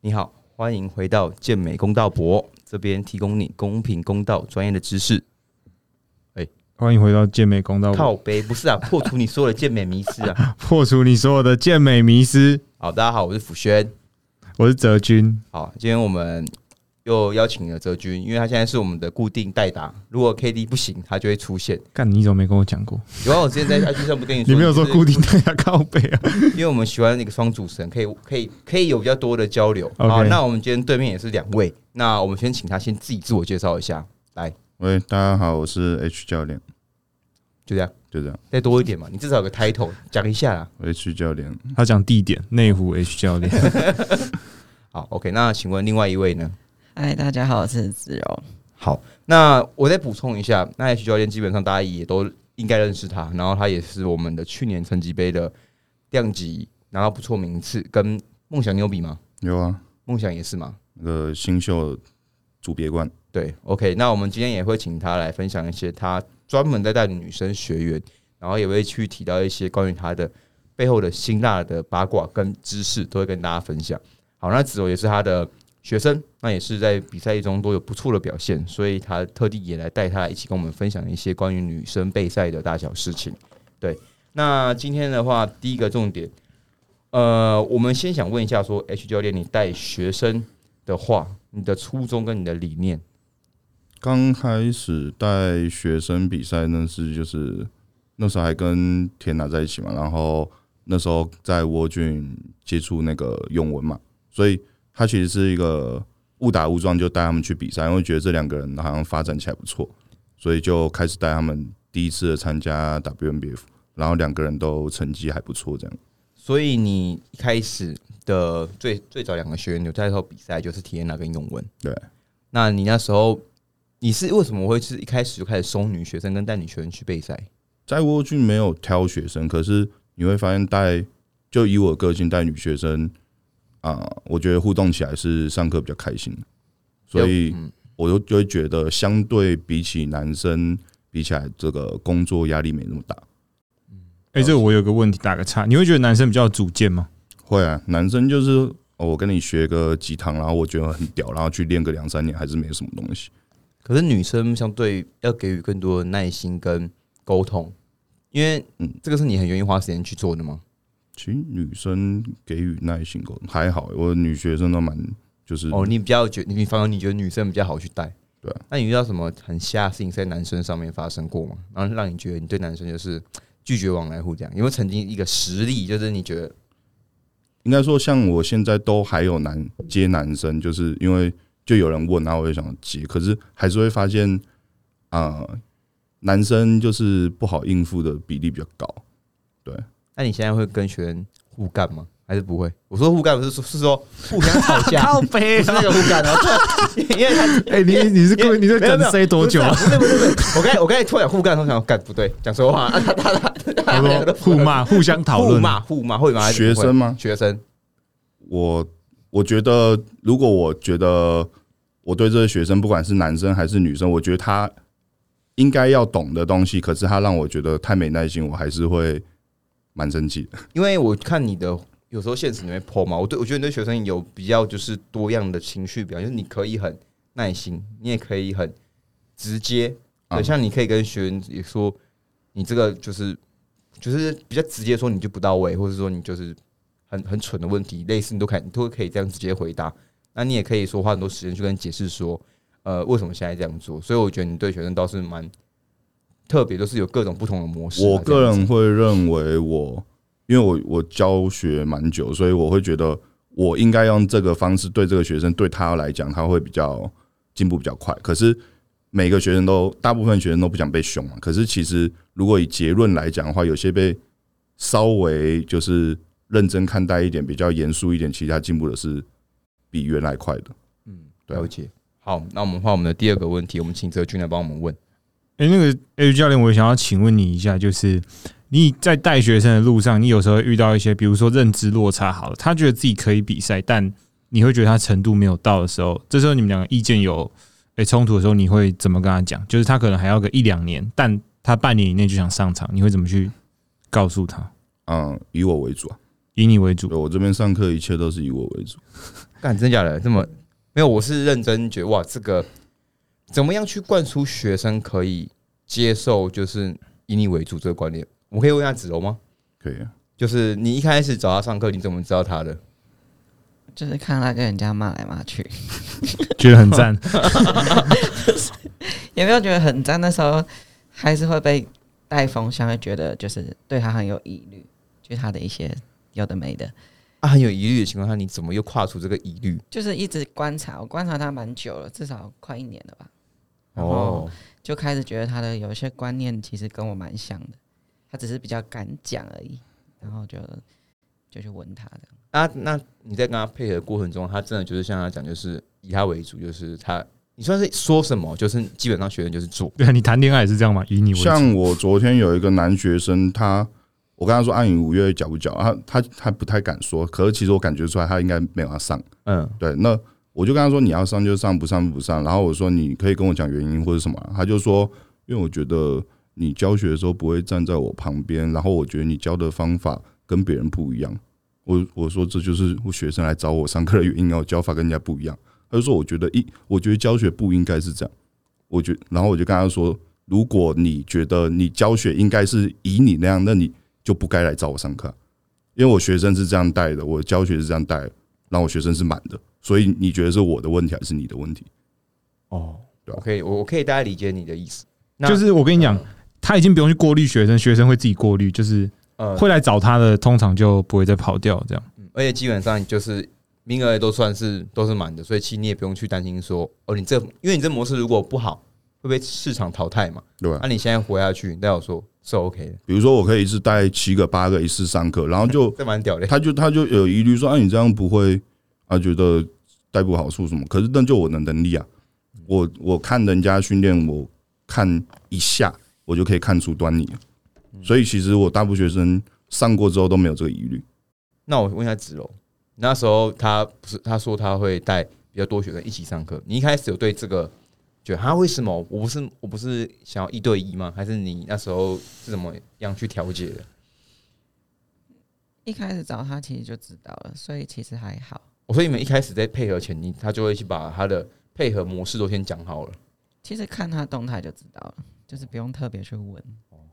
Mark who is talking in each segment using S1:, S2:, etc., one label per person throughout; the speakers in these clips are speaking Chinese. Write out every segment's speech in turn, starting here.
S1: 你好，欢迎回到健美公道博，这边提供你公平公道专业的知识。
S2: 欢迎回到健美公道博，
S1: 靠背不是啊， 破除你所有的健美迷思啊。
S2: 破除你所有的健美迷思。
S1: 好，大家好，我是辅轩。
S2: 我是哲君，
S1: 好，今天我们又邀请了哲君，因为他现在是我们的固定代打，如果 KD 不行，他就会出现。
S2: 干你怎么没跟我讲过？
S1: 有啊，我之前 在 IG 上不跟你说，
S2: 你没有说
S1: 就是
S2: 固定大家靠背啊？
S1: 因为我们喜欢那个双主持人，可以可以可以有比较多的交流。好，
S2: OK
S1: 那我们今天对面也是两位，那我们先请他先自己自我介绍一下，来，
S3: 喂，大家好，我是 H 教练，
S1: 就这样，
S3: 就这样
S1: 再多一点嘛，你至少有个 title 讲一下啦。
S3: 我，H 教练。
S2: 他讲地点，内湖 H 教练。
S1: 好，OK，那请问另外一位呢？
S4: 嗨，大家好，我是子柔。
S1: 好，那我再补充一下，那 H 教练基本上大家也都应该认识他，然后他也是我们的去年成绩杯的量级拿到不错名次，跟梦想你有比吗？
S3: 有啊，
S1: 梦想也是吗？
S3: 那个新秀组别冠，
S1: 对，OK，那我们今天也会请他来分享一些他专门在带女生学员，然后也会去提到一些关于他的背后的辛辣的八卦跟知识，都会跟大家分享。好，那子柔也是他的学生，那也是在比赛中都有不错的表现，所以他特地也来带他一起跟我们分享一些关于女生备赛的大小事情。对，那今天的话，第一个重点，呃，我们先想问一下说，H 教练，你带学生的话，你的初衷跟你的理念。
S3: 刚开始带学生比赛那是就是那时候还跟田娜在一起嘛，然后那时候在沃郡接触那个永文嘛，所以他其实是一个误打误撞就带他们去比赛，因为觉得这两个人好像发展起来不错，所以就开始带他们第一次的参加 WNBF，然后两个人都成绩还不错，这样。
S1: 所以你一开始的最最早两个学员有在时候比赛就是体验那跟永文。
S3: 对，
S1: 那你那时候你是为什么会是一开始就开始收女学生跟带女学生去备赛？
S3: 在蜗居没有挑学生，可是你会发现带就以我的个性带女学生啊、我觉得互动起来是上课比较开心的，所以
S1: 嗯
S3: 我就就会觉得相对比起男生比起来，这个工作压力没那么大。
S2: 哎、这个我有个问题，打个岔，你会觉得男生比较有主见吗？
S3: 会啊，男生就是、哦、我跟你学个几堂，然后我觉得很屌，然后去练个两三年还是没什么东西。
S1: 可是女生相对要给予更多的耐心跟沟通，因为
S3: 嗯
S1: 这个是你很愿意花时间去做的吗？
S3: 其实女生给予耐心沟通还好，我的女学生都蛮就是
S1: 哦，你比较觉你反而你觉得女生比较好去带，
S3: 嗯对啊
S1: 那你遇到什么很瞎的事情在男生上面发生过吗？然后让你觉得你对男生就是拒绝往来户这样，有没有曾经一个实例，就是你觉得
S3: 应该说，像我现在都还有男接男生，就是因为就有人问，然后我就想接，可是还是会发现啊、呃男生就是不好应付的比例比较高。
S1: 那你现在会跟学生互干吗？还是不会？我说互干不是说是说互相吵架，
S2: 背
S1: 不是那个互干哦，因为他
S2: 哎、你你是故意你 是
S1: 没有
S2: 梗塞多久啊？
S1: 不是不是不是，我刚才我刚才突然互干，我想干不对，讲错话，啊他他他
S2: 他说啊 互骂，互相讨
S1: 互
S2: 论。
S1: 骂互骂，会吗？还是不会
S3: 学生吗
S1: 学生
S3: 我我觉得，如果我觉得我对这个学生，不管是男生还是女生，我觉得他应该要懂的东西，可是他让我觉得太没耐心，我还是会蛮生气的。
S1: 因为我看你的有时候现实里面泼嘛，我对我觉得你对学生有比较就是多样的情绪表现，就是你可以很耐心，你也可以很直接，对，
S3: 嗯
S1: 像你可以跟学员也说，你这个就是就是比较直接说你就不到位，或者说你就是很很蠢的问题，类似你都可以你都可以这样直接回答。那你也可以说花很多时间去跟人解释说，呃，为什么现在这样做。所以我觉得你对学生倒是蛮特别，就是有各种不同的模式啊。
S3: 我
S1: 这
S3: 个
S1: 样子
S3: 人会认为我，因为我我教学蛮久，所以我会觉得我应该用这个方式对这个学生，对他来讲他会比较进步比较快。可是每个学生都，大部分学生都不想被凶嘛。可是其实如果以结论来讲的话，有些被稍微就是认真看待一点，比较严肃一点，其实他进步的是比原来快的。
S1: 嗯，
S3: 对啊
S1: 了解。好，那我们换我们的第二个问题，我们请哲君来帮我们问。
S2: 哎、那个 H 教练，我想要请问你一下，就是你在带学生的路上，你有时候会遇到一些，比如说认知落差，好了，他觉得自己可以比赛，但你会觉得他程度没有到的时候，这时候你们两个意见有诶冲、突的时候，你会怎么跟他讲？就是他可能还要个一两年，但他半年以内就想上场，你会怎么去告诉他？
S3: 嗯，以我为主啊，
S2: 以你为主
S3: 对。我这边上课一切都是以我为主。
S1: 干，真假的？这么嗯没有？我是认真觉得，哇，这个怎么样去灌输学生可以接受，就是以你为主这个观念？我可以问一下子柔吗？
S3: 可以、啊，
S1: 就是你一开始找他上课，你怎么知道他的？
S4: 就是看他跟人家骂来骂去，
S2: 觉得很赞。
S4: 也没有觉得很脏。那时候还是会被带风向，会觉得就是对他很有疑虑，就是他的一些有的没的，
S1: 啊，很有疑虑的情况下，你怎么又跨出这个疑虑？
S4: 就是一直观察，我观察他蛮久了，至少快一年了吧。
S1: 哦
S4: 然后，就开始觉得他的有一些观念其实跟我蛮像的，他只是比较敢讲而已。然后就就去问他的，
S1: 啊，那你在跟他配合的过程中，他真的就是像他讲，就是以他为主，就是他，你算是说什么，就是基本上学生就是做。
S2: 对啊，你谈恋爱也是这样嘛？以你为主。
S3: 像我昨天有一个男学生，他我跟他说按你五月缴不缴，他他他不太敢说，可是其实我感觉出来他应该没有要上。
S1: 嗯，
S3: 对，那我就跟他说你要上就上，不上不上。然后我说你可以跟我讲原因或者什么啊，他就说因为我觉得你教学的时候不会站在我旁边，然后我觉得你教的方法跟别人不一样。我我说这就是我学生来找我上课的原因啊，我教法跟人家不一样。他就说我觉得一，我觉得教学不应该是这样。我觉，然后我就跟他说，如果你觉得你教学应该是以你那样，那你就不该来找我上课啊，因为我学生是这样带的，我教学是这样带的，然后我学生是满的，所以你觉得是我的问题还是你的问题？
S2: 哦，
S1: 我可以，我我可以大概理解你的意思。那
S2: 就是我跟你讲，他已经不用去过滤学生，学生会自己过滤，就是
S1: 呃，
S2: 会来找他的，通常就不会再跑掉这样。
S1: 嗯而且基本上就是名额也都算是都是满的，所以其实你也不用去担心说，哦，你这因为你这模式如果不好，会被市场淘汰嘛。
S3: 对吧
S1: 那、？你现在活下去，那我说是 OK 的，
S3: 比如说我可以一次带七个、八个一次上课，然后 就
S1: 这蛮屌的。
S3: 他就他就有疑虑说，啊，你这样不会啊，觉得带不好处什么？可是那就我的能力啊，我我看人家训练，我看一下，我就可以看出端倪了。所以其实我大部学生上过之后都没有这个疑虑，
S1: 那我问一下子龙，那时候他不是他说他会带比较多学生一起上课，你一开始有对这个觉得他为什么我不是我不是想要一对一吗？还是你那时候是怎么样去调节的？
S4: 一开始找他其实就知道了，所以其实还好。
S1: 我说哦你们一开始在配合前，你他就会去把他的配合模式都先讲好了，
S4: 其实看他动态就知道了，就是不用特别去问。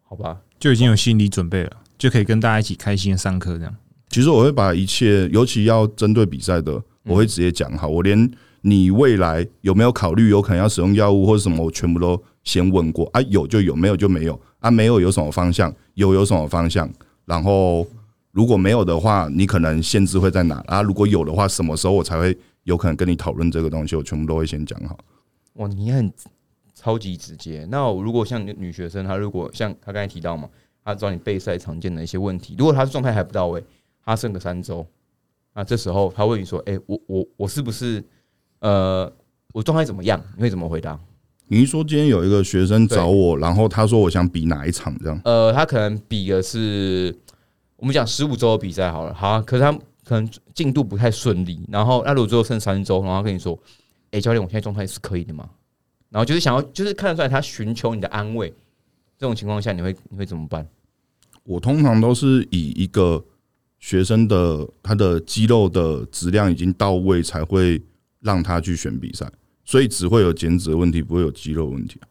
S1: 好吧？
S2: 就已经有心理准备了，就可以跟大家一起开心的上课这样。
S3: 其实我会把一切，尤其要针对比赛的，我会直接讲好。我连你未来有没有考虑有可能要使用药物或者什么，我全部都先问过啊。有就有，没有就没有啊。没有有什么方向，有有什么方向。然后如果没有的话，你可能限制会在哪啊？如果有的话，什么时候我才会有可能跟你讨论这个东西？我全部都会先讲好。
S1: 哇，你很超级直接。那我如果像女女学生，她如果像她刚才提到嘛，她找你备赛常见的一些问题，如果她状态还不到位，她剩个三周，那这时候她问你说：“哎、我我我是不是呃我状态怎么样？”你会怎么回答？
S3: 你一说今天有一个学生找我，然后他说我想比哪一场这样？
S1: 呃，他可能比的是我们讲十五周的比赛好了，好啊、可是他可能进度不太顺利，然后那如果最后剩三周，然后他跟你说，哎、教练，我现在状态是可以的吗？然后就是想要，就是看得出来他寻求你的安慰，这种情况下你会你会怎么办？
S3: 我通常都是以一个学生的他的肌肉的质量已经到位，才会让他去选比赛，所以只会有减脂的问题，不会有肌肉问题。啊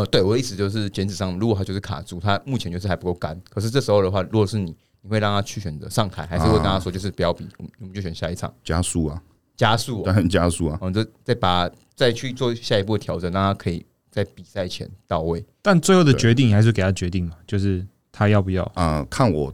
S1: 呃，对我的意思就是减脂上，如果他就是卡住，他目前就是还不够干，可是这时候的话，如果是你，你会让他去选择上台，还是会跟他说就是不要比，我们我们就选下一场
S3: 加速啊，
S1: 加速、哦，
S3: 当然加速啊，
S1: 我们再再把再去做下一步的调整，让他可以在比赛前到位。
S2: 但最后的决定还是给他决定嘛，就是他要不要
S3: 啊、看我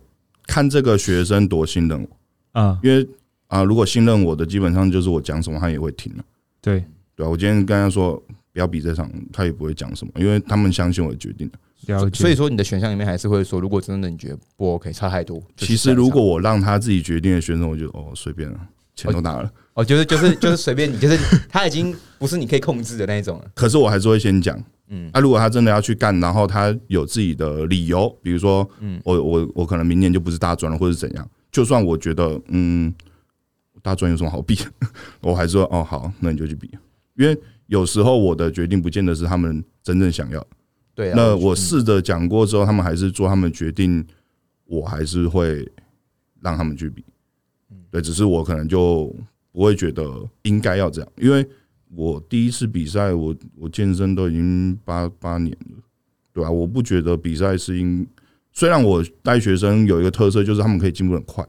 S3: 看这个学生多信任我，
S2: 啊、
S3: 因为啊、如果信任我的，基本上就是我讲什么他也会听啊
S2: 对，
S3: 对啊，我今天跟他说不要比这场，他也不会讲什么，因为他们相信我的决定。
S2: 了解。
S1: 所以说你的选项里面还是会说，如果真的你觉得不 OK，差太多。就是
S3: 其实如果我让他自己决定的学生，我就哦随便了，钱都拿了。
S1: 哦，就是就是就是随便你，就是他已经不是你可以控制的那一种了。
S3: 可是我还是会先讲，
S1: 嗯
S3: 嗯，那、如果他真的要去干，然后他有自己的理由，比如说，嗯，我我我可能明年就不是大专了，或者怎样，就算我觉得，嗯，大专有什么好比， 我还是说，哦，好，那你就去比，因为有时候我的决定不见得是他们真正想要的，
S1: 对啊，
S3: 那我试着讲过之后，他们还是做他们决定，我还是会让他们去比，对，只是我可能就不会觉得应该要这样，因为我第一次比赛，我我健身都已经八八年了，对吧、啊我不觉得比赛是应，虽然我带学生有一个特色就是他们可以进步很快，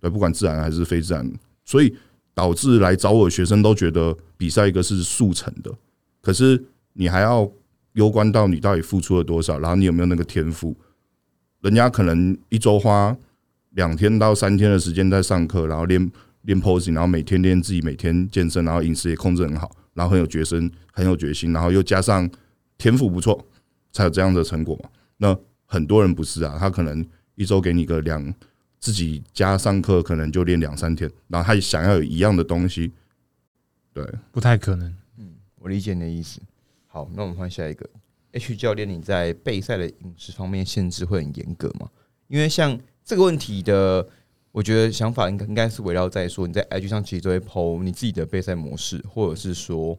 S3: 对，不管自然还是非自然，所以导致来找我的学生都觉得比赛一个是速成的，可是你还要攸关到你到底付出了多少，然后你有没有那个天赋，人家可能一周花两天到三天的时间在上课，然后练练 posing，然后每天练自己，每天健身，然后饮食也控制很好，然后很有决心，很有决心，然后又加上天赋不错，才有这样的成果嘛。那很多人不是啊，他可能一周给你个两，自己加上课可能就练两三天，然后他想要有一样的东西，对，
S2: 不太可能。
S1: 我理解你的意思。好，那我们换下一个。H 教练，你在备赛的饮食方面限制会很严格吗？因为像这个问题的，我觉得想法应该应该是围绕在说你在 IG 上其实都会 PO 你自己的备赛模式，或者是说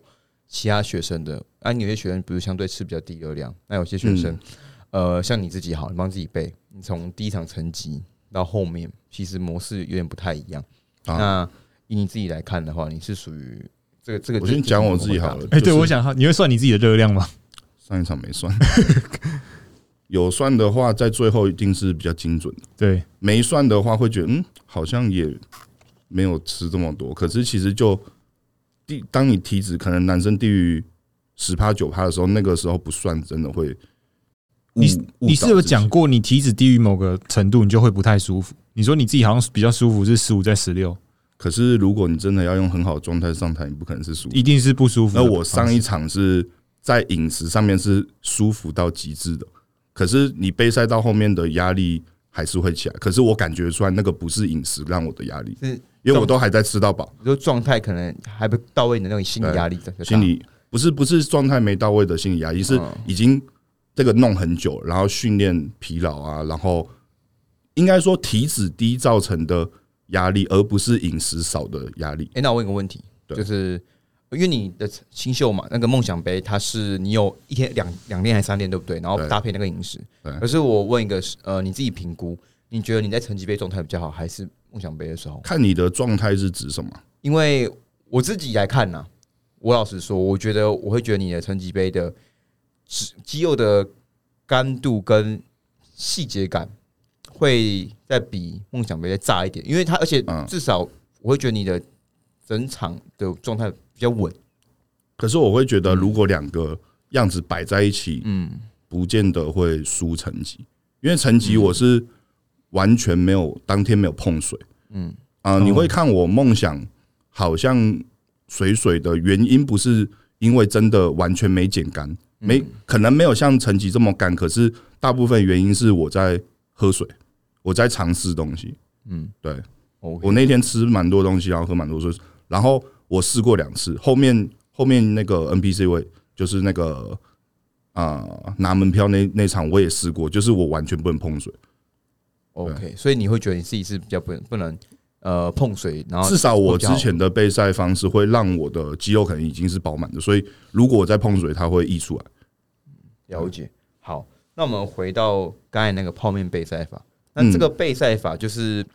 S1: 其他学生的。啊，你有些学生比如相对吃比较低热量，那有些学
S3: 嗯
S1: 生，呃，像你自己好，你帮自己备，你从第一场成绩到后面，其实模式有点不太一样。
S3: 啊
S1: 那以你自己来看的话，你是属于这个这个？
S3: 我先讲我自己好了。。
S2: 哎、
S3: 就是
S2: 对我想，你会算你自己的热量吗？
S3: 上一场没算， 有算的话，在最后一定是比较精准的；
S2: 对，
S3: 没算的话，会觉得嗯，好像也没有吃这么多。可是其实就低，当你体脂可能男生低于十趴九趴的时候，那个时候不算，真的会误。误
S2: 你
S3: 导
S2: 是有
S3: 自己
S2: 讲过，你体脂低于某个程度，你就会不太舒服。你说你自己好像比较舒服是十五在十六，
S3: 可是如果你真的要用很好的状态上台，你不可能是输。
S2: 一定是不舒服
S3: 那
S2: 的方式。
S3: 我上一场是在饮食上面是舒服到极致的，可是你杯赛到后面的压力还是会起来。可是我感觉出来，那个不是饮食让我的压力，
S1: 是
S3: 因为我都还在吃到饱，
S1: 就状态可能还不到位，你的那种心理压嗯力在
S3: 心理不是不是状态没到位的心理压力，是已经这个弄很久，然后训练疲劳啊，然后应该说体脂低造成的压力，而不是饮食少的压力。
S1: 哎、那我问一个问题，
S3: 对
S1: 就是因为你的新秀嘛，那个梦想杯，它是你有一天两两练还是三练，对不对？然后
S3: 对
S1: 搭配那个饮食。
S3: 对
S1: 可是我问一个，呃，你自己评估，你觉得你在成绩杯状态比较好，还是梦想杯的时候？
S3: 看你的状态是指什么？
S1: 因为我自己来看呢、我老实说，我觉得我会觉得你的成绩杯的肌肌肉的干度跟细节感会再比梦想杯再炸一点，因为它而且
S3: 嗯
S1: 至少我会觉得你的整场的状态比较稳。
S3: 可是我会觉得，如果两个样子摆在一起，
S1: 嗯，
S3: 不见得会输成绩，因为成绩我是完全没有当天没有碰水，
S1: 嗯
S3: 嗯啊、你会看我梦想好像水水的原因，不是因为真的完全没减干，没可能没有像成绩这么干，可是大部分原因是我在喝水，我在尝试东西，
S1: 嗯
S3: 嗯，对
S1: OK
S3: 我那天吃蛮多东西，然后喝蛮多水，然后我试过两次，后面后面那个 NPC 位就是那个。啊、拿门票那那场我也试过，就是我完全不能碰水，
S1: 哦 OK，所以你会觉得你自己是比较不能不能呃碰水，
S2: 哦
S1: 然后
S3: 至少我之
S1: 比较
S3: 前的备赛方式会让我的肌肉可能已经是饱满的，所以如果我再碰水，它会溢出来。
S1: 了解。嗯好，那我们回到刚才那个泡面备赛法，那这
S2: 嗯
S1: 个备赛法就是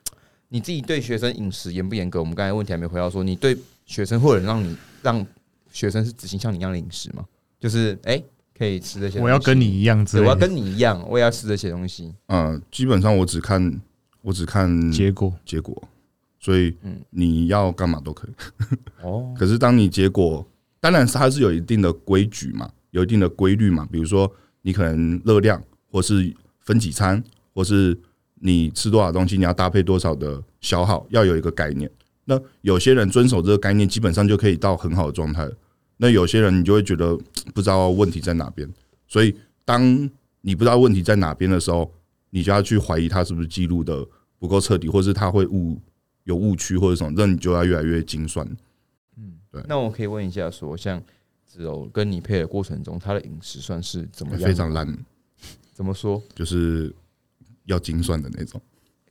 S1: 你自己对学生饮食严不严格？我们刚才问题还没回到说，你对学生或者让你让学生是执行像你一样的饮食吗？就是哎、可以吃这些东西，
S2: 我要跟你一样之
S1: 对，
S2: 类
S1: 我
S2: 的，
S1: 要跟你一样，我也要吃这些东西。
S3: 嗯，基本上我只看我只看
S2: 结果。
S3: 结果，所以你要干嘛都可以。
S1: 哦，
S3: 可是当你结果，当然是它是有一定的规矩嘛，有一定的规律嘛，比如说你可能热量，或是分几餐，或是你吃多少东西，你要搭配多少的消耗，要有一个概念。那有些人遵守这个概念，基本上就可以到很好的状态了。那有些人你就会觉得嘖不知道问题在哪边，所以当你不知道问题在哪边的时候，你就要去怀疑他是不是记录的不够彻底，或是他会误有误区或者什么，那你就要越来越精算。
S1: 那我可以问一下说像。子柔跟你配的过程中，他的饮食算是怎么样？
S3: 非常烂，
S1: 怎么说？
S3: 就是要精算的那种。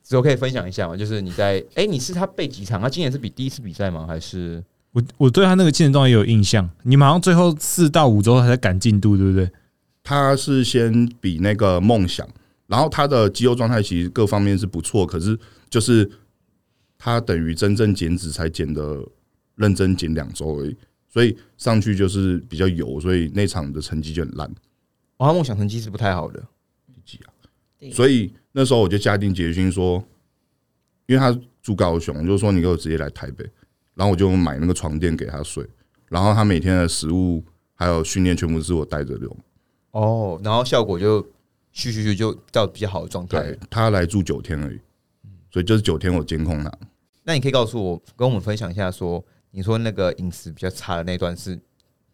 S1: 只有可以分享一下嘛？就是你在哎、你是他背几场？他今年是比第一次比赛吗？还是
S2: 我我对他那个健身状态也有印象，你们好像最后四到五周才赶进度，对不对？
S3: 他是先比那个梦想，然后他的肌肉状态其实各方面是不错，可是就是他等于真正减脂才减的认真减两周而已，所以上去就是比较油，所以那场的成绩就很烂。
S1: 哦，他梦想成绩是不太好的，
S4: 对
S3: 所以那时候我就下定决心说，因为他住高雄，我就说你给我直接来台北，然后我就买那个床垫给他睡，然后他每天的食物还有训练全部是我带着留，
S1: 哦，然后效果就续续续就到比较好的状态
S3: 对。他来住九天而已，所以就是九天我监控他，
S1: 那你可以告诉我，跟我们分享一下说，你说那个饮食比较差的那段是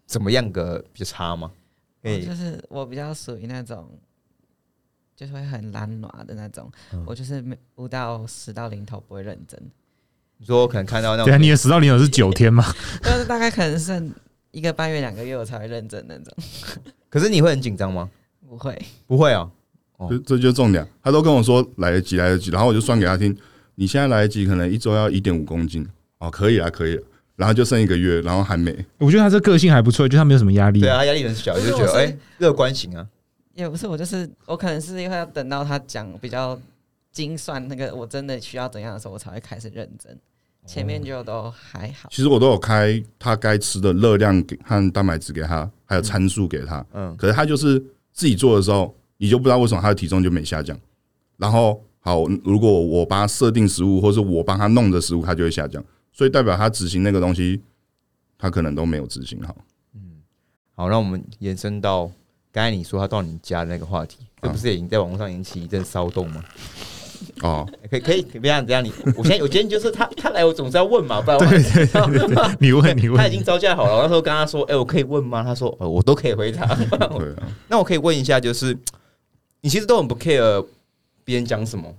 S1: 怎么样个比较差吗？可
S4: 我
S1: 以
S4: 哦就是我比较属于那种，就是会很懒惰的那种。
S1: 嗯
S4: 我就是没不到十到零头不会认真，
S1: 你说可能看到那
S2: 对啊，你
S1: 种
S2: 的十到零有是九天嘛？
S4: 就是大概可能剩一个半月、两个月我才会认真那种。
S1: 可是你会很紧张吗？
S4: 不会，
S1: 不会啊，哦
S3: 这这就是重点。他都跟我说来得及，来得及，然后我就算给他听，你现在来得及，可能一周要一点五公斤，哦，可以啊，可以啊，然后就剩一个月，然后还没，
S2: 我觉得他这个性还不错，就他没有什么压力。
S1: 对啊，他压力很小，
S4: 不
S1: 就是觉得
S4: 我是
S1: 哎，乐观型啊，
S4: 也不是我就是我可能是因为要等到他讲比较精算那个我真的需要怎样的时候，我才会开始认真。前
S1: 哦
S4: 面就都还好，
S3: 其实我都有开他该吃的热量给和蛋白质给他，还有参数给他。
S1: 嗯，
S3: 可是他就是自己做的时候，你就不知道为什么他的体重就没下降。然后好，如果我帮他设定食物，或是我帮他弄的食物，他就会下降。所以代表他执行那个东西，他可能都没有执行好。
S1: 好，让我们延伸到刚才你说他到你家的那个话题，这不是也已经在网络上引起一阵骚动吗？
S3: 哦，
S1: 可以可以，这样这样，你我现在我今天就是他他来，我总是要问嘛，不然我
S2: 你问你问，
S1: 他已经招架好了。我那时候跟他说：“哎、我可以问吗？”他说：“呃，我都可以回答。 不然我
S3: 对啊，”
S1: 那我可以问一下，就是你其实都很不 care 别人讲什么，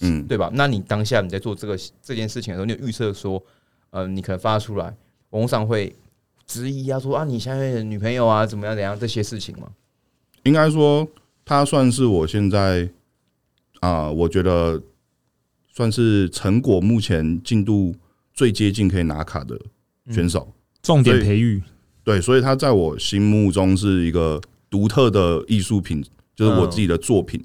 S3: 嗯，
S1: 对吧？那你当下你在做这个这件事情的时候，你有预测说，呃，你可能发出来，网络上会质疑啊，说啊，你现在的女朋友啊，怎么样怎样这些事情吗？
S3: 应该说，他算是我现在啊、我觉得算是成果目前进度最接近可以拿卡的选手。
S2: 重点
S3: 所以
S2: 培育，
S3: 对，所以他在我心目中是一个独特的艺术品，就是
S1: 嗯
S3: 我自己的作品。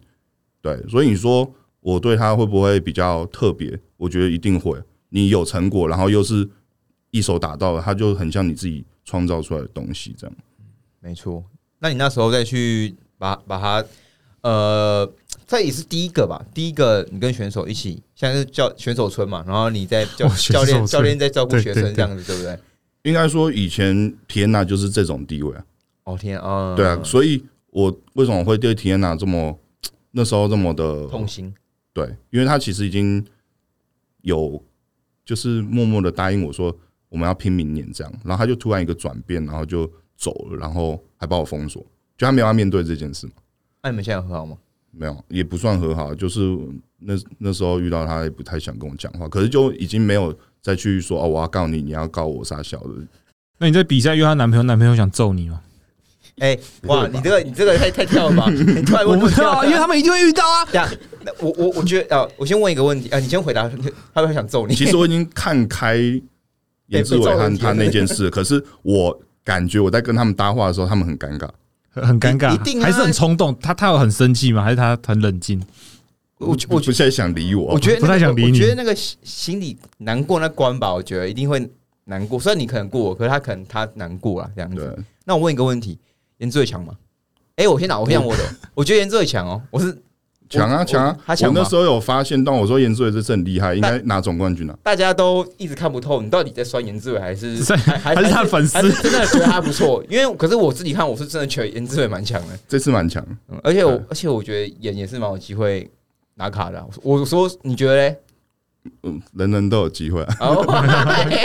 S3: 对，所以你说我对他会不会比较特别？我觉得一定会。你有成果，然后又是一手打造的，它就很像你自己创造出来的东西，这样。
S1: 没错。那你那时候再去把把他，呃，这也是第一个吧？第一个你跟选手一起，现在是教选手村嘛，然后你在教、
S2: 哦选手
S1: 教练
S2: 村
S1: 教练在照顾
S2: 对
S1: 学
S2: 对
S1: 生
S2: 对
S1: 这样子，对不对？
S3: 应该说，以前田娜就是这种地位啊。
S1: 哦天啊，嗯
S3: 对啊，所以我为什么会对田娜这么那时候这么的
S1: 痛心，
S3: 对，因为他其实已经有就是默默的答应我说我们要拼明年这样，然后他就突然一个转变，然后就走了，然后还把我封锁，就他没有要面对这件事嘛，
S1: 那、哎你们现在有和好吗？
S3: 没有，也不算和好，就是那那时候遇到他也不太想跟我讲话，可是就已经没有再去说哦我要告你，你要告我啥小的，
S2: 那你在比赛约她男朋友，男朋友想揍你吗？
S1: 哎、哇，你这个你这个太太跳了吧？你突然
S2: 我
S1: 问
S2: 不知
S1: 跳
S2: 道啊，因为他们一定会遇到啊。
S1: 这样，那我我我觉得啊、我先问一个问题啊、你先回答，他会想揍你。
S3: 其实我已经看开严志伟和他那件事，可是我感觉我在跟他们搭话的时候，他们很尴尬。
S2: 很很尴尬，
S1: 一定啊
S2: 还是很冲动。他他有很生气吗？还是他很冷静？
S1: 我我
S3: 不太想理我
S1: 我，觉得
S2: 不太
S1: 那个
S2: 想理你
S1: 我觉得那个心心里难过那关吧，我觉得一定会难过。虽然你可能过我，可是他可能他难过啊了这样
S3: 对
S1: 子。，那我问一个问题：颜值最强吗？哎、我先打，我先讲我的。我觉得颜值最强哦，我是
S3: 强啊
S1: 我
S3: 强啊！
S1: 他强
S3: 我
S1: 吗
S3: 那时候有发现到，我说严志伟这次很厉害，应该拿总冠军啊。
S1: 大家都一直看不透，你到底在酸颜志伟还是
S2: 是
S1: 还还
S2: 还是他粉丝
S1: 还哎是真的觉得他不错？因为可是我自己看，我是真的觉得颜志伟蛮强的，
S3: 这次蛮强，
S1: 嗯而且我
S3: 对
S1: 而且我觉得演也是蛮有机会拿卡的啊、我我说你觉得嘞？
S3: 嗯，人人都有机会、啊。
S1: 哦，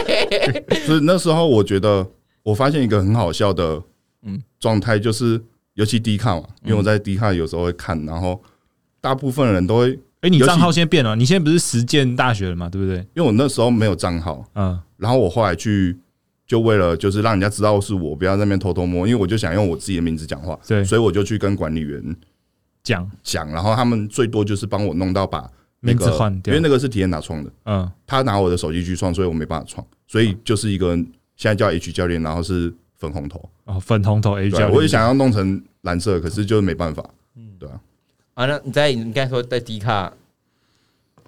S3: 所以那时候我觉得，我发现一个很好笑的
S1: 嗯
S3: 状态，就是尤其低卡嘛，因为我在低卡有时候会看，然后大部分人都会，因
S2: 哎、你
S3: 尤其
S2: 账号现在变了，你现在不是实践大学了嘛？对不对？
S3: 为我那时候没有账号，
S2: 嗯，
S3: 然后我后来去，就为了就是让人家知道是我，不要在那边偷偷摸，因为我就想用我自己的名字讲话，
S2: 对，
S3: 所以我就去跟管理员
S2: 讲
S3: 讲，然后他们最多就是帮我弄到把那
S2: 名字
S3: 个，
S2: 换
S3: 因
S2: 掉
S3: 为。那个是体验打创的，
S2: 嗯，
S3: 他拿我的手机去创，所以我没办法创，所以就是一个现在叫 H 教练，然后是粉红头，
S2: 哦，粉红头 A
S3: 对
S2: 教
S3: 啊，
S2: 练，
S3: 我也想要弄成蓝色，可是就是没办法，
S1: 啊，那你在你刚才说在迪卡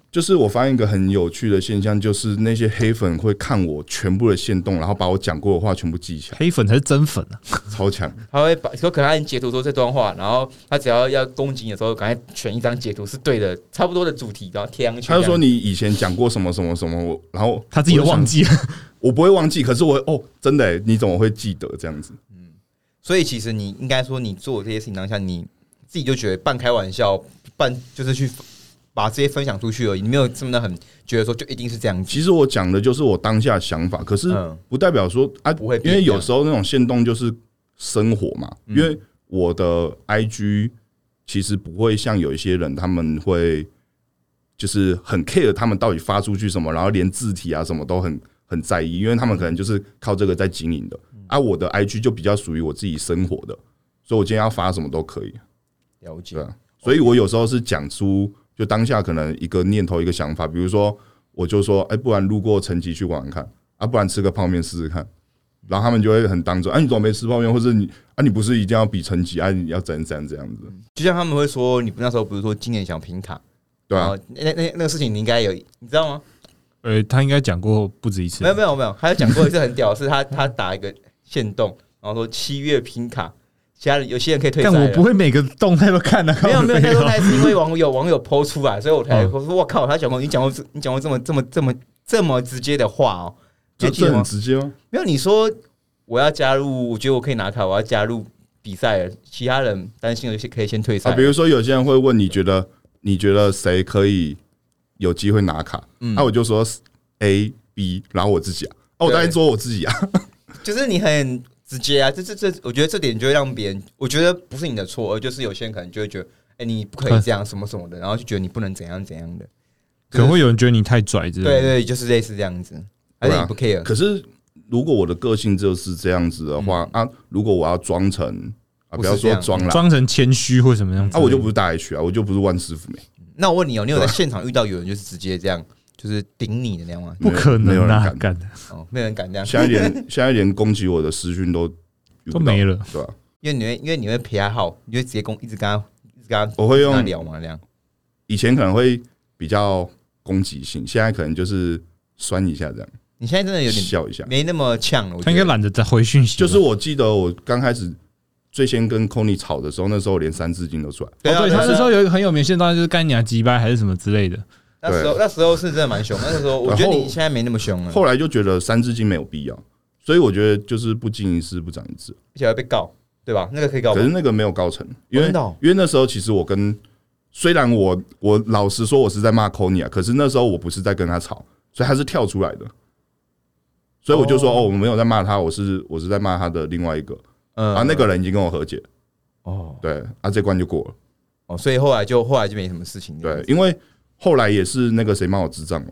S3: 就是我发现一个很有趣的现象，就是那些黑粉会看我全部的线动，然后把我讲过的话全部记 起来，
S2: 黑粉才是真粉啊！
S3: 超强。
S1: 他会把有可能他已经截图说这段话，然后他只要要攻击你的时候，赶快选一张截图是对的，差不多的主题，然后贴上去。
S3: 他就说你以前讲过什么什么什么，我然后
S2: 他自己都忘记了，
S3: 我就想，我不会忘记，可是我哦，真的欸，你怎么会记得这样子？
S1: 所以其实你应该说，你做这些事情当下，你自己就觉得半开玩笑，半就是去把这些分享出去而已，你没有真的很觉得说就一定是这样子。
S3: 其实我讲的就是我当下想法，可是
S1: 嗯
S3: 不代表说啊，
S1: 不会变嗯
S3: 因为有时候那种限动就是生活嘛，因为我的 IG 其实不会像有一些人他们会就是很 care 他们到底发出去什么，然后连字体啊什么都很很在意，因为他们可能就是靠这个在经营的。
S1: 嗯
S3: 啊，我的 IG 就比较属于我自己生活的，所以我今天要发什么都可以。
S1: 了解
S3: 对，啊，所以我有时候是讲出就当下可能一个念头、一个想法，比如说我就说，哎、不然路过成吉去玩玩看，啊，不然吃个泡面试试看。然后他们就会很当真，哎、你怎么没吃泡面？或者你啊，你不是一定要比成绩，啊，你要怎样怎样这样子？
S1: 就像他们会说，你那时候不是说今年想平卡，
S3: 对啊
S1: 然，后那那那那个事情你应该有，你知道吗？
S2: 呃，他应该讲过不止一次
S1: 没。有没有没有，他有讲过一次很屌，是他他打一个限动，然后说七月拼卡，其他人有些人可以退赛
S2: 但
S1: 了。
S2: 我不会每个动态都看的、啊，
S1: 没有没有，他说
S2: 靠
S1: 那
S2: 背哦
S1: 是因为网友网友剖出来，所以我才
S2: 嗯
S1: 我说我靠，他讲过你讲过这你讲过这么这么这么这么直接的话哦，就
S3: 这
S1: 其实
S3: 这
S1: 我
S3: 很直接吗？
S1: 没有你说我要加入，我觉得我可以拿卡，我要加入比赛了，其他人担心有些可以先退赛
S3: 啊，
S1: 了，
S3: 比如说有些人会问，你觉得你觉得谁可以有机会拿卡？那、
S1: 嗯
S3: 我就说 A、B，然后我自己啊，哦、我当然说我自己啊，
S1: 就是你很直接啊，这这这，我觉得这点就会让别人，我觉得不是你的错，而就是有些人可能就会觉得，哎、你不可以这样什么什么的，然后就觉得你不能怎样怎样的，
S2: 可能会有人觉得你太拽之类的。
S1: 对对，就是类似这样子，而且你不 care，、
S3: 可是如果我的个性就是这样子的话、啊，如果我要装成
S1: 嗯
S3: 啊，
S1: 不
S3: 不
S1: 是
S3: 要
S1: 这
S3: 说
S1: 样
S3: 装啦，
S2: 装成谦虚或什么样子。
S3: 啊，我就不是大 H 啊，我就不是万师傅没，
S1: 那我问你哦，你有在现场遇到有人就是直接这样，就是顶你的那样吗？
S2: 不可
S3: 没有
S2: 能
S3: 人
S2: 啊，
S3: 敢
S2: 干
S1: 哦，没有人敢这样，
S3: 现在 连现在连攻击我的私讯都遇
S2: 都
S3: 不到
S2: 没，了。
S3: 对吧？
S1: 因为你会因为你会陪他好，你会直接跟一直跟他一直跟他
S3: 我会
S1: 跟他
S3: 用
S1: 聊嘛，那样
S3: 以前可能会比较攻击性，现在可能就是酸一下这样，
S1: 你现在真的有点
S3: 笑一下。
S1: 没那么呛了，我觉
S2: 他应该
S1: 得
S2: 懒得再回讯息吧，
S3: 就是我记得我刚开始最先跟 c o n y 吵的时候，那时候我连三字经都出来，
S1: 对
S2: 哦
S1: 啊，
S2: 对
S1: 对啊
S2: 他那时候有一个很有名的线段，就是干你啊鸡掰还是什么之类 的。
S1: 那时候那时候是真的蛮凶，那时候我觉得你现在没那么凶了，
S3: 后来就觉得三字经没有必要，所以我觉得就是不经一事不长一智。
S1: 而且还被告对吧？那个可以告吧
S3: 可是那个没有告成，因为、
S1: 真的哦
S3: 因为那时候其实我跟虽然我我老实说我是在骂 c o n y 啊，可是那时候我不是在跟他吵，所以他是跳出来的，所以我就说
S1: 哦
S3: 哦我没有在骂他，我是我是在骂他的另外一个
S1: 嗯
S3: 啊，那个人已经跟我和解，
S1: 哦
S3: 对啊，这关就过了，
S1: 哦，所以后来就后来就没什么事情。这样
S3: 对
S1: 子，
S3: 因为后来也是那个谁骂我智障嘛，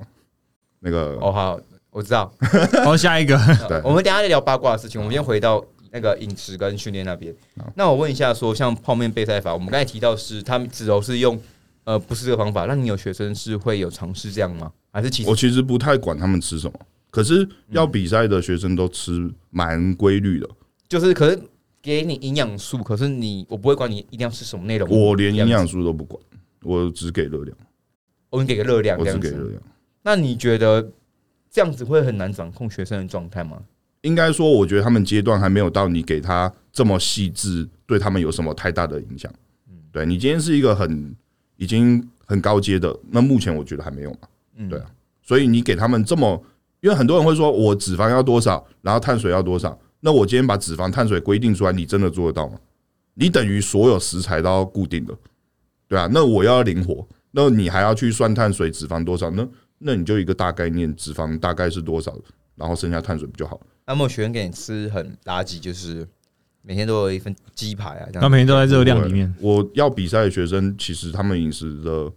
S3: 那个
S1: 哦好，我知道。呃
S2: 然后下一个，
S3: 对
S1: 我们等一下再聊八卦的事情，我们先回到那个饮食跟训练那边。那我问一下说像泡面备赛法，我们刚才提到是他们只都是用呃不是这个方法，那你有学生是会有尝试这样吗？还是其实
S3: 我其实不太管他们吃什么，可是要比赛的学生都吃蛮规律的，
S1: 就是可是给你营养素，可是你我不会管你一定要吃什么内容，
S3: 我连营
S1: 这样
S3: 养
S1: 子，
S3: 素都不管，我只给热量，
S1: 我给个热量
S3: 我
S1: 这
S3: 只
S1: 样
S3: 给热
S1: 子。
S3: 量。
S1: 那你觉得这样子会很难掌控学生的状态吗？
S3: 应该说，我觉得他们阶段还没有到你给他这么细致，对他们有什么太大的影响。对你今天是一个很已经很高阶的，那目前我觉得还没有嘛。
S1: 嗯，
S3: 对啊所以你给他们这么，因为很多人会说我脂肪要多少，然后碳水要多少，那我今天把脂肪、碳水规定出来，你真的做得到吗？你等于所有食材都要固定的，对啊，那我要灵活，那你还要去算碳水、脂肪多少，那那你就一个大概念，脂肪大概是多少，然后剩下碳水不就好了？
S1: 那么学生给你吃很垃圾，就是每天都有一份鸡排啊，这
S2: 那
S1: 样
S2: 每天都在热量里面。
S3: 我要比赛的学生，其实他们饮食的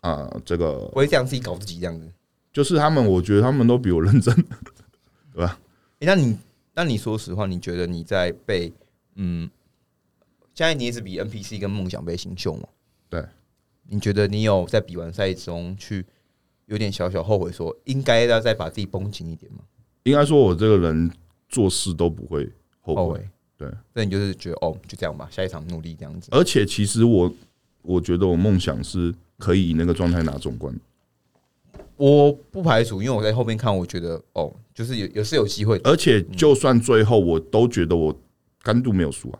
S3: 啊、这个
S1: 不会这样自己搞自己这样子。
S3: 就是他们，我觉得他们都比我认真。
S1: 欸、那你那你说实话，你觉得你在被嗯，现在你也是比 NPC 跟梦想被新秀嘛？
S3: 对，
S1: 你觉得你有在比完赛中去有点小小后悔说应该要再把自己绷紧一点吗？
S3: 应该说，我这个人做事都不会后
S1: 后
S3: 悔，
S1: 悔，
S3: 对，
S1: 那你就是觉得哦，就这样吧，下一场努力这样子。
S3: 而且其实我我觉得我梦想是可以以那个状态拿总冠，
S1: 我不排除，因为我在后面看，我觉得哦，就是有有是有机会的。
S3: 而且
S2: 嗯
S3: 就算最后，我都觉得我干度没有输啊，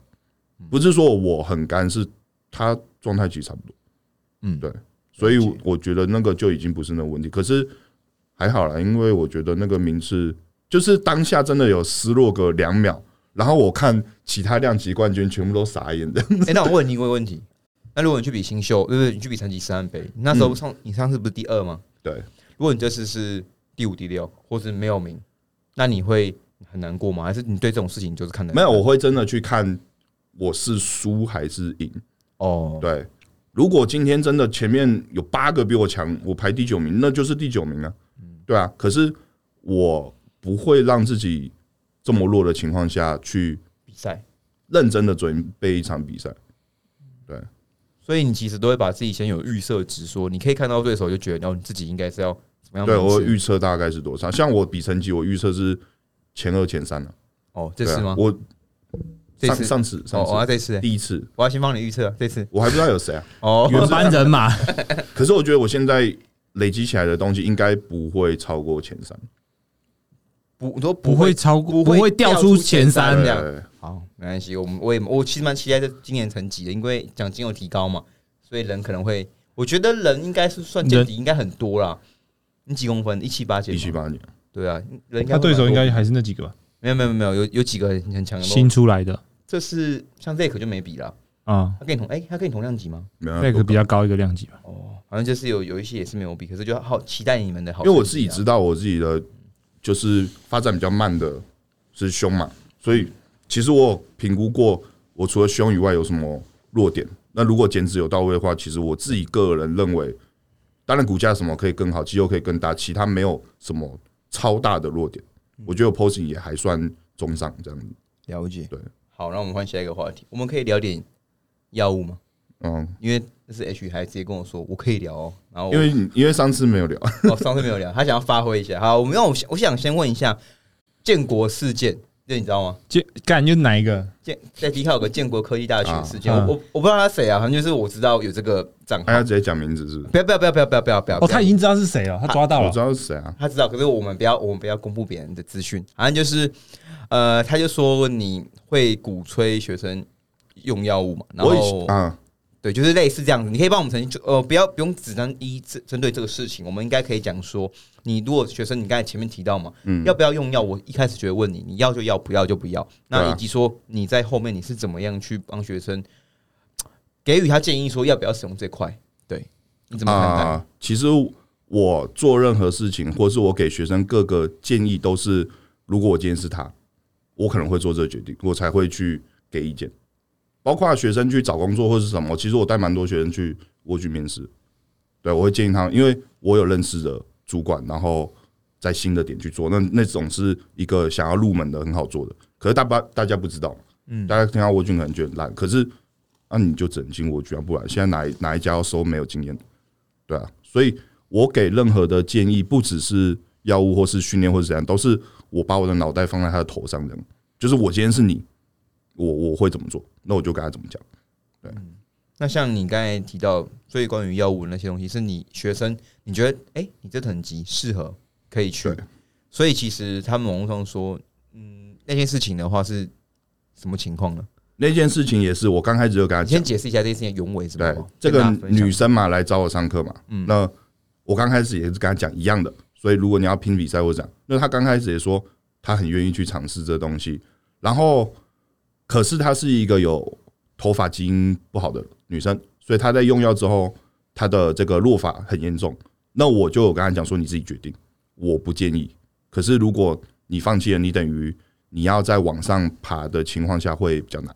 S3: 不是说我很干，是他状态其实差不多，
S1: 嗯，
S3: 对所以
S1: 了解
S3: 我觉得那个就已经不是那个问题。可是还好啦，因为我觉得那个名次就是当下真的有失落个两秒，然后我看其他量级冠军全部都傻眼的，
S1: 哎、那我问你一个问题：那如果你去比新秀，就是你去比成吉思汗杯，那时候上、你上次不是第二吗？
S3: 嗯对。
S1: 如果你这次是第五、第六，或是没有名，那你会很难过吗？还是你对这种事情就是看得
S3: 没有，我会真的去看我是输还是赢。
S1: 哦，
S3: 对，如果今天真的前面有八个比我强，我排第九名，那就是第九名啊，
S1: 嗯
S3: 对啊。可是我不会让自己这么弱的情况下去
S1: 比赛，
S3: 认真的准备一场比赛。
S1: 所以你其实都会把自己先有预设值，说你可以看到对手就觉得，哦，你自己应该是要怎么样名
S3: 对
S1: 次？
S3: 我会预测大概是多少？像我比成绩，我预测是前二前三了、啊。
S1: 哦，这
S3: 对
S1: 次
S3: 啊
S1: 吗？
S3: 我
S1: 这
S3: 上
S1: 次
S3: 上次上
S1: 哦，我要
S3: 次
S1: 这次欸，
S3: 第一次，
S1: 我要先帮你预测这次
S3: 我还不知道有谁啊。
S1: 哦，
S2: 原班人马，
S3: 可是我觉得我现在累积起来的东西应该不会超过前三。
S1: 不，我都
S2: 不会超过，不
S1: 不
S2: 会
S1: 会
S2: 掉
S1: 掉
S2: 出
S1: 出
S2: 前
S1: 前三的
S2: 三
S3: 对
S1: 这
S2: 的。
S1: 样好，没关系，我们我也我其实蛮期待这今年成绩的，因为奖金有提高嘛，所以人可能会，我觉得人应该是算
S2: 人
S1: 减底应该很多啦。你几公分？一七八减
S3: 一
S1: 吗
S3: 七八年，
S1: 对啊，人
S2: 他
S1: 会
S2: 对手
S1: 蛮
S2: 应
S1: 多
S2: 该还是那几个吧，
S1: 没有没有没有有有几个很很强的都，
S2: 新出来的
S1: 这是像 z a k 就没比了，
S2: 啊，
S1: 他跟你同哎、他跟你同量级吗？
S3: 没有啊
S2: 那个比较高一个量级吧。
S1: 哦，好像就是有有一些也是没有比，可是就好期待你们的好
S3: 因
S1: 成
S3: 为
S1: 绩啊，
S3: 我自己知道我自己的就是发展比较慢的是胸嘛，所以其实我有评估过，我除了胸以外有什么弱点。那如果减脂有到位的话，其实我自己个人认为，当然骨架什么可以更好，肌肉可以更大，其他没有什么超大的弱点。
S1: 嗯
S3: 我觉得我 posing 也还算中上这样子。
S1: 了解，
S3: 对，
S1: 好，那我们换下一个话题，我们可以聊点药物吗？
S3: 嗯，
S1: 因为这是 H 还直接跟我说我可以聊哦，然后我
S3: 因为你因为上次没有聊，
S1: 哦，上次没有聊，他想要发挥一下。好，我们让我想我想先问一下建国事件，这你知道吗？
S2: 这干就哪一个？
S1: 建在迪卡有个建国科技大学事件，
S2: 啊
S1: 我我我不知道他谁啊，反正就是我知道有这个账
S3: 大
S1: 号。
S3: 家直接讲名字是不是？
S1: 不要不要不要不要不要不要不要！
S2: 哦，他已经知道是谁了，他抓到
S3: 我
S2: 了
S3: 知。道是谁啊？
S1: 啊他知道，可是我们不要我们不要公布别人的资讯。反正就是呃，他就说你会鼓吹学生用药物嘛，然
S3: 我以
S1: 后
S3: 前啊，
S1: 对，就是类似这样子。你可以帮我们澄清，就呃，不要不用只单一针针对这个事情，我们应该可以讲说，你如果学生，你刚才前面提到嘛，
S3: 嗯
S1: 要不要用药？我一开始觉得问你，你要就要，不要就不要。那
S3: 对啊
S1: 以及说你在后面你是怎么样去帮学生给予他建议，说要不要使用这块？对，你怎么看待？
S3: 啊、其实我做任何事情，或是我给学生各个建议，都是如果我今天是他，我可能会做这个决定，我才会去给意见。包括学生去找工作或是什么，其实我带蛮多学生去我去面试，对，我会建议他们，因为我有认识的主管，然后在新的点去做，那那种是一个想要入门的很好做的，可是大家大家不知道，嗯，大家听到蜗居可能觉得很烂，可是那、你就整进蜗居啊，不然现在哪一哪一家要收没有经验的对啊，所以我给任何的建议，不只是药物或是训练或是怎样，都是我把我的脑袋放在他的头上，这样，就是我今天是你，我我会怎么做，那我就跟他怎么讲。
S1: 那像你刚才提到，所以关于药物那些东西，是你学生你觉得，哎、你这等级适合可以去
S3: 对，
S1: 所以其实他们网络上说，嗯，那件事情的话是什么情况呢？
S3: 那件事情也是我刚开始就跟他
S1: 你
S3: 讲
S1: 先，解释一下这件事情的原委是什
S3: 对
S1: 么？
S3: 这
S1: 哦跟
S3: 个
S1: 大家分享嗯
S3: 女生嘛来找我上课嘛，那我刚开始也是跟他讲一样的，所以如果你要拼比赛或者讲，那他刚开始也说他很愿意去尝试这东西，然后可是她是一个有头发基因不好的女生，所以她在用药之后，她的这个落发很严重。那我就有跟她讲说，你自己决定，我不建议。可是如果你放弃了，你等于你要在往上爬的情况下会比较难。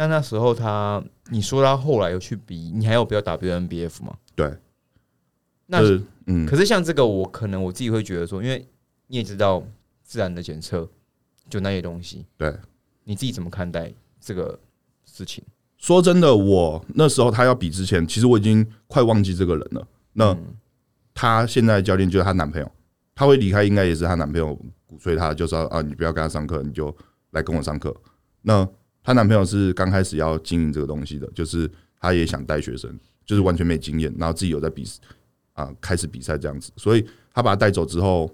S1: 那那时候他，你说他后来有去比，你还有不要打 WNBF 吗？
S3: 对，
S1: 那
S3: 就是嗯，
S1: 可是像这个，我可能我自己会觉得说，因为你也知道自然的检测就那些东西，
S3: 对，
S1: 你自己怎么看待这个事情？
S3: 说真的，我那时候他要比之前，其实我已经快忘记这个人了。那她现在的教练就是她男朋友，她会离开应该也是她男朋友鼓吹她，就说啊，你不要跟她上课，你就来跟我上课。那她男朋友是刚开始要经营这个东西的，就是他也想带学生，就是完全没经验，然后自己有在比啊开始比赛这样子。所以她把她带走之后，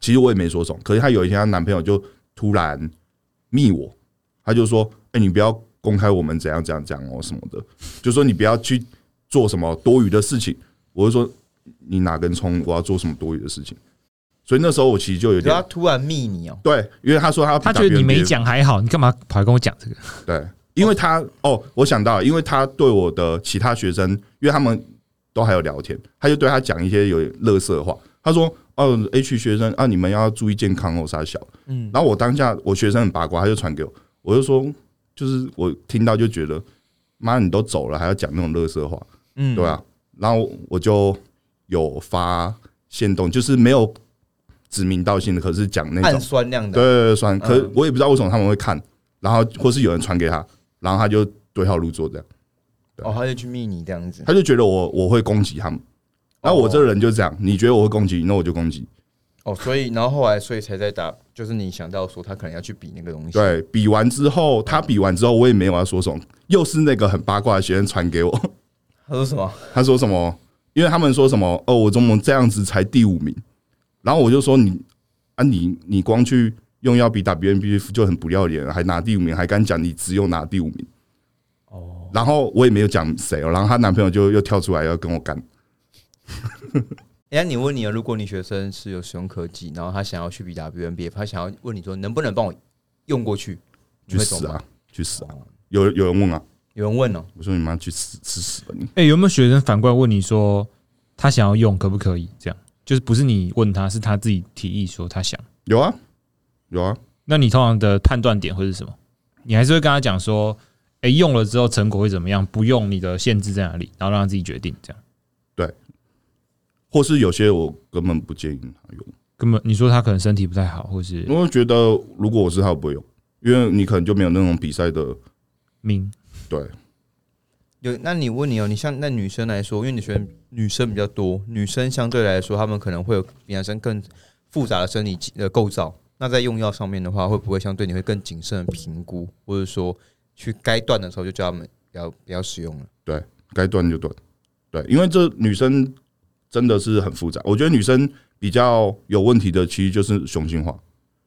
S3: 其实我也没说什么。可是她有一天，她男朋友就突然密我，他就说：“哎、你不要公开我们怎样怎样怎样哦什么的，就说你不要去做什么多余的事情。”我就说：“你哪根葱？我要做什么多余的事情？”所以那时候我其实就有
S1: 他
S3: 点
S1: 突然密你哦，
S3: 对，因为他说他
S2: 他觉得你没
S3: 讲。
S2: 讲还好，你干嘛跑来跟我讲这个？
S3: 对，因为他哦，我想到了，因为他对我的其他学生，因为他们都还有聊天，他就对他讲一些有点乐色话。他说：“哦，H 学生啊，你们要注意健康哦，傻小。”嗯，然后我当下我学生很八卦，他就传给我，我就说，就是我听到就觉得，妈，你都走了还要讲那种乐色话，
S1: 嗯
S3: 对啊。然后我就有发现动，就是没有指名道姓的，可是讲那种
S1: 暗酸那样
S3: 对
S1: 的，
S3: 对对，酸。可
S1: 嗯
S3: 我也不知道为什么他们会看，然后或是有人传给他，然后他就对号入座这样，
S1: 哦，他就去密你这样子，
S3: 他就觉得我我会攻击他们。然后我这个人就这样，你觉得我会攻击你，那我就攻击。
S1: 哦，所以然后后来所以才在打，就是你想到说他可能要去比那个东西，，
S3: 对比完之后，他比完之后，我也没有要说什么，又是那个很八卦的学生传给我，
S1: 他说什么？
S3: 他说什么？因为他们说什么？哦，我怎么这样子才第五名？然后我就说你啊你，你光去用药比打 BNBF 就很不要脸了，还拿第五名，还敢讲你只有拿第五名？哦，然后我也没有讲谁哦，然后她男朋友就又跳出来要跟我干，
S1: 哎，那你问你啊，如果你学生是有使用科技，然后他想要去比 WNBF，他想要问你说能不能帮我用过去，你
S3: 去
S1: 会懂
S3: 死
S1: 吗？哦
S3: 啊，去死啊！有有人问啊，
S1: 有人问哦，
S3: 我说你妈去死，吃屎吧你！
S2: 哎、有没有学生反过来问你说他想要用可不可以？这样就是不是你问他，是他自己提议说他想。
S3: 有啊，有啊，
S2: 那你通常的判断点会是什么？你还是会跟他讲说，哎、用了之后成果会怎么样？不用你的限制在哪里？然后让他自己决定。这样
S3: 或是有些我根本不建议他用。
S2: 根本你说他可能身体不太好，或是
S3: 我会觉得如果我是他，我不会用，因为你可能就没有那种比赛的
S2: 命
S3: 对。
S1: 有，那你问你哦，你像那女生来说，因为你学生女生比较多，女生相对来说，她们可能会有比男生更复杂的生理呃构造。那在用药上面的话，会不会相对你会更谨慎地评估，或者说去该断的时候就叫他们不要不要使用了？
S3: 该断就断，对，因为这女生真的是很复杂。我觉得女生比较有问题的，其实就是雄性化。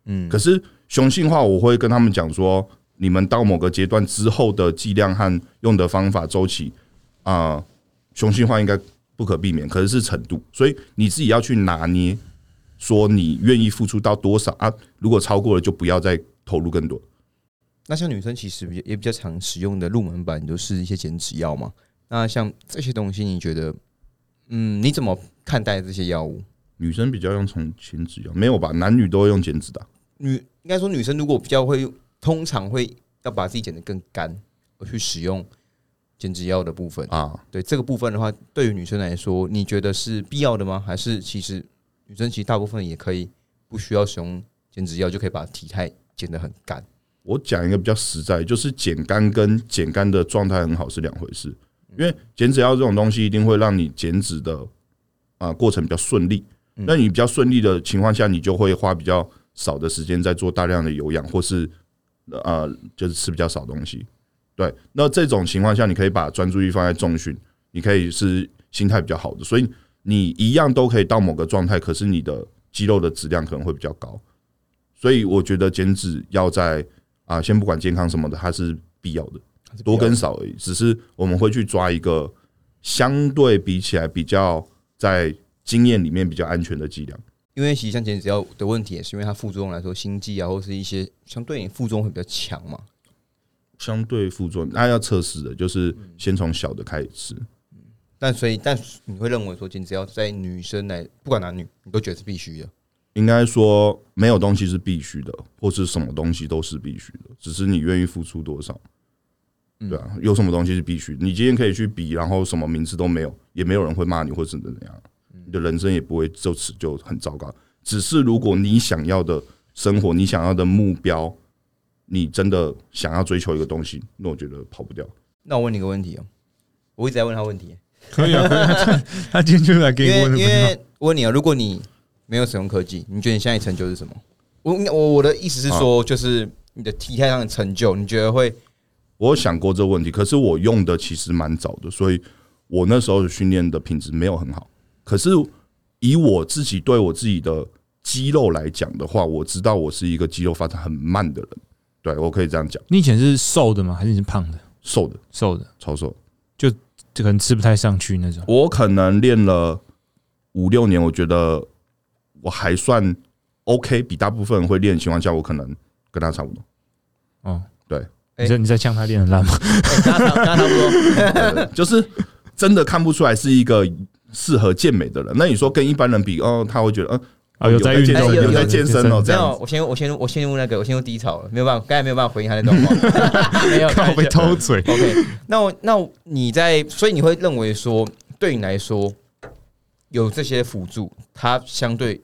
S1: 嗯
S3: 可是雄性化，我会跟他们讲说，你们到某个阶段之后的剂量和用的方法周期啊、雄性化应该不可避免，可是是程度，所以你自己要去拿捏，说你愿意付出到多少啊？如果超过了，就不要再投入更多。
S1: 那像女生其实比也比较常使用的入门版，就是一些减脂药嘛。那像这些东西，你觉得，嗯，你怎么看待这些药物？
S3: 女生比较用从减脂药，没有吧？男女都会用减脂的啊。
S1: 女应该说女生如果比较会用，通常会要把自己减得更干，而去使用减脂药的部分。
S3: 啊
S1: 对这个部分的话，对于女生来说，你觉得是必要的吗？还是其实女生其实大部分也可以不需要使用减脂药就可以把体态减得很干？
S3: 我讲一个比较实在，就是减干跟减干的状态很好是两回事，因为减脂药这种东西一定会让你减脂的啊、过程比较顺利。那你比较顺利的情况下，你就会花比较少的时间在做大量的有氧，或是呃，就是吃比较少东西。对，那这种情况下，你可以把专注力放在重训，你可以是心态比较好的，所以你一样都可以到某个状态，可是你的肌肉的质量可能会比较高。所以我觉得减脂要在啊，先不管健康什么的，它是必要的，多跟少而已。只是我们会去抓一个相对比起来比较在经验里面比较安全的剂量。
S1: 因为其实像减脂药的问题，也是因为它副作用来说，心悸啊，或是一些相对应副作用会比较强嘛。
S3: 相对副作用，那要测试的就是先从小的开始吃。
S1: 但所以，但你会认为说减脂药在女生来，不管男女，你都觉得是必须的。
S3: 应该说没有东西是必须的，或是什么东西都是必须的，只是你愿意付出多少。
S1: 嗯
S3: 对啊，有什么东西是必须？你今天可以去比，然后什么名次都没有，也没有人会骂你，或是怎样，你的人生也不会就此就很糟糕。只是如果你想要的生活，你想要的目标，你真的想要追求一个东西，那我觉得跑不掉。
S1: 那我问你个问题哦、我一直在问他问题、
S2: 可以啊，可以啊他 他今天就来给
S1: 因
S2: 你
S1: 为
S2: 问了
S1: 因为我问你啊，如果你没有使用科技，你觉得你现在成就是什么？我我我的意思是
S3: 啊
S1: 说，就是你的体态上的成就，你觉得会
S3: 我有想过这个问题，可是我用的其实蛮早的，所以我那时候训练的品质没有很好。可是以我自己对我自己的肌肉来讲的话，我知道我是一个肌肉发展很慢的人，对我可以这样讲，
S2: 你以前是瘦的吗？还是你是胖的？
S3: 瘦的
S2: 瘦的，
S3: 超瘦。
S2: 就可能吃不太上去那种。
S3: 我可能练了五六年，我觉得我还算 OK，比大部分人会练的情况下，我可能跟他差不多。
S2: 哦，
S3: 对，
S2: 你在你在呛他练很烂吗？
S4: 大家差大家差不多，
S3: 就是真的看不出来是一个适合健美的人。那你说跟一般人比，哦，他会觉得，嗯、
S2: 啊，有在运
S3: 健
S2: 动，
S3: 身，
S4: 有
S3: 在健身哦，这
S2: 在
S3: 样
S1: 有，
S3: 子。
S1: 我先我先我陷入那个我陷入低潮了，没有办法，刚才没有办法回应他那段话， 没有
S2: 靠被偷嘴。
S1: OK，那我那我你在，所以你会认为说，对你来说，有这些辅助，它相对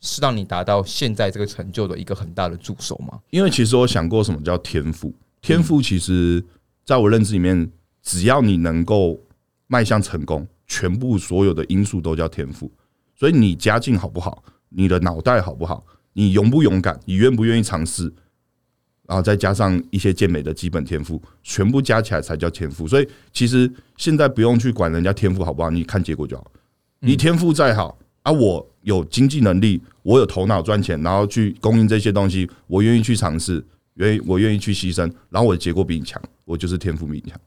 S1: 是让你达到现在这个成就的一个很大的助手吗？
S3: 因为其实我想过什么叫天赋，天赋其实在我认知里面，只要你能够迈向成功，全部所有的因素都叫天赋。所以你家境好不好，你的脑袋好不好，你勇不勇敢，你愿不愿意尝试，然后再加上一些健美的基本天赋，全部加起来才叫天赋。所以其实现在不用去管人家天赋好不好，你看结果就好。你天赋再好啊，我有经济能力，我有头脑赚钱，然后去供应这些东西，我愿意去尝试，愿意我愿意去牺牲，然后我的结果比你强，我就是天赋比你强。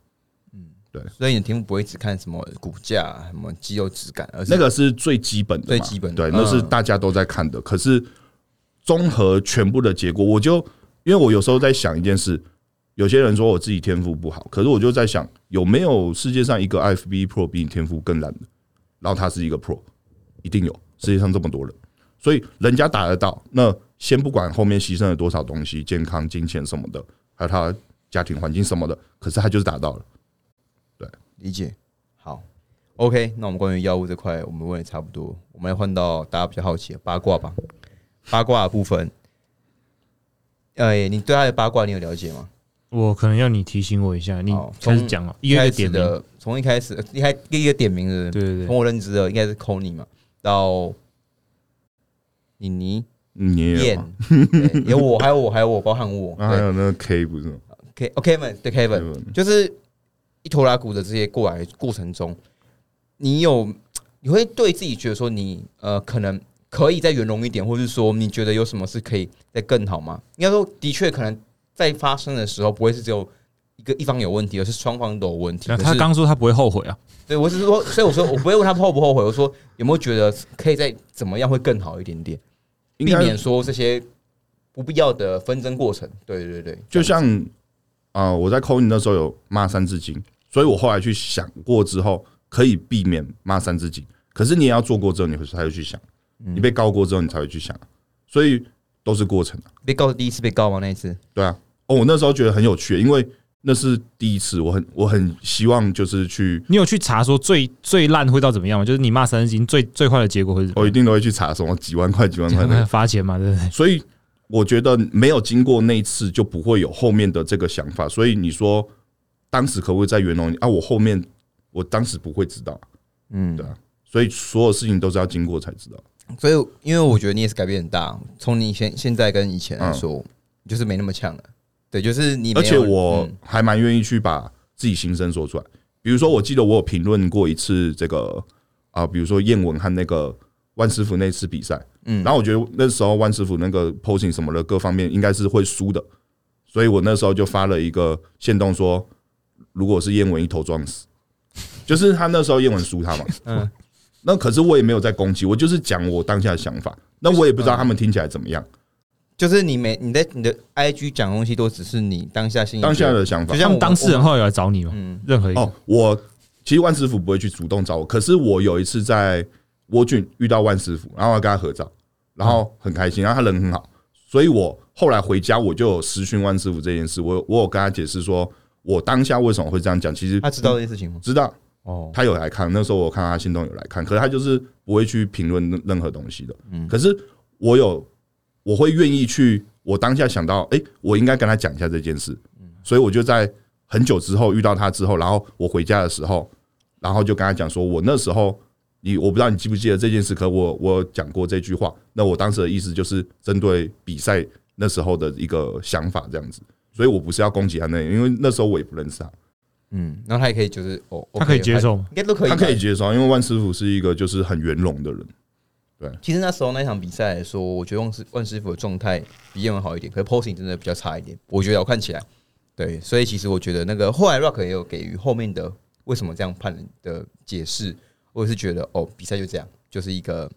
S1: 所以你的题目不会只看什么骨架、啊什么肌肉质感，而是
S3: 那个是最基本的
S1: 最
S3: 嘛，
S1: 基本的
S3: 对，那是
S1: 嗯
S3: 大家都在看的。可是综合全部的结果，我就因为我有时候在想一件事，有些人说我自己天赋不好，可是我就在想，有没有世界上一个 FB Pro 比你天赋更烂的？然后他是一个 Pro，一定有，世界上这么多人，所以人家打得到。那先不管后面牺牲了多少东西，健康、金钱什么的，还有他家庭环境什么的，可是他就是打到了。
S1: 理解。好，OK，那我们关于药物这块，我们问的差不多，我们来换到大家比较好奇的八卦吧。八卦的部分，哎，你对他的八卦你有了解吗？
S2: 我可能要你提醒我一下，你
S1: 好
S2: 开始
S1: 从
S2: 讲哦，
S1: 一
S2: 一个
S1: 开
S2: 一个
S1: 始
S2: 点名。
S1: 的，从一开始，一开第一个点名的人，
S2: 对对
S1: 从
S2: 对，
S1: 我认知的应该是 Kony 嘛，到妮妮、
S3: 嗯你也有
S1: 燕
S3: 吗，
S1: 对有我，还有我，还有我，包含我，
S3: 啊还
S1: 对
S3: 有那个 K 不是吗
S1: K o k 们对 oh, Kevin，
S3: Kevin
S1: 就是一头拉骨的这些过来过程中，你有你会对自己觉得说你呃可能可以再圆融一点，或是说你觉得有什么是可以再更好吗？应该说的确可能在发生的时候不会是只有。一个一方有问题，而是双方都有问题。
S2: 那
S1: 可
S2: 他
S1: 是
S2: 刚说他不会后悔啊，
S1: 对，我只是说，所以我说我不会问他后不后悔，我说有没有觉得可以再怎么样会更好一点点，
S3: 应
S1: 避
S3: 该
S1: 免说这些不必要的纷争过程。对对对，
S3: 就像啊、呃我在扣你那时候有骂三字经，所以我后来去想过之后，可以避免骂三字经。可是你也要做过之后，你会才会去想，你被告过之后，你才会去想，所以都是过程啊。
S1: 被告第一次被告吗？那一次
S3: 对啊，哦，我那时候觉得很有趣，因为那是第一次，我很我很希望就是去，
S2: 你有去查说最最烂会到怎么样吗？就是你骂三字经最最坏的结果会是怎么
S3: 我一
S2: 样？
S3: 定都会去查什么几万块、几万块的，
S2: 罚钱嘛，对不对？
S3: 所以我觉得没有经过那一次，就不会有后面的这个想法。所以你说当时可不可以再圆融一点啊？我后面我当时不会知道，嗯，对啊。所以所有事情都是要经过才知道。
S1: 所以，因为我觉得你也是改变很大，从你现现在跟以前来说，你就是没那么呛了。对，就是你没有，
S3: 嗯而且我
S1: 嗯
S3: 还蛮愿意去把自己心声说出来。比如说，我记得我有评论过一次这个啊、比如说燕文和那个万师傅那次比赛，嗯，然后我觉得那时候万师傅那个 posing 什么的各方面应该是会输的，所以我那时候就发了一个线动说，如果是燕文一头撞死，就是他那时候燕文输他嘛，嗯
S2: 嗯，
S3: 那可是我也没有在攻击，我就是讲我当下的想法，那我也不知道他们听起来怎么样，
S1: 就是你没你在你的 IG 讲的东西都只是你当下心里
S3: 当下
S1: 觉得
S3: 的想
S1: 就。
S3: 法
S2: 他
S1: 像我嗯
S2: 们当事人后来有来找你吗？任何一个
S3: 哦，我其实万师傅不会去主动找我，可是我有一次在沃郡遇到万师傅，然后我还跟他合照，然
S1: 嗯
S3: 后很开心，然后他人很好，所以我后来回家我就有私讯万师傅这件事，我有我有跟他解释说，我当下为什么会这样讲，其实
S1: 他知道这件事情吗？
S3: 知道。
S1: 哦，
S3: 他有来看，那时候我看他心动有来看，可是他就是不会去评论任任何东西的。可是我有，我会愿意去，我当下想到，哎、我应该跟他讲一下这件事，所以我就在很久之后遇到他之后，然后我回家的时候，然后就跟他讲说，我那时候你我不知道你记不记得这件事，可我我有讲过这句话，那我当时的意思就是针对比赛那时候的一个想法这样子，所以我不是要攻击他那，因为那时候我也不认识他。
S1: 嗯，然后他也可以就是哦，
S2: 他可以接，受吗？
S1: 应该都可以，
S3: 他可以。接受，因为万师傅是一个就是很圆融的人，
S1: 其实那时候那一场比赛来说，我觉得万师万师傅的状态比叶文好一点，可是 posing 真的比较差一点，我觉得我看起来，对，所以其实我觉得那个后来 Rock 也有给予后面的为什么这样判的解释，我也是觉得哦，比赛就这样，就是一个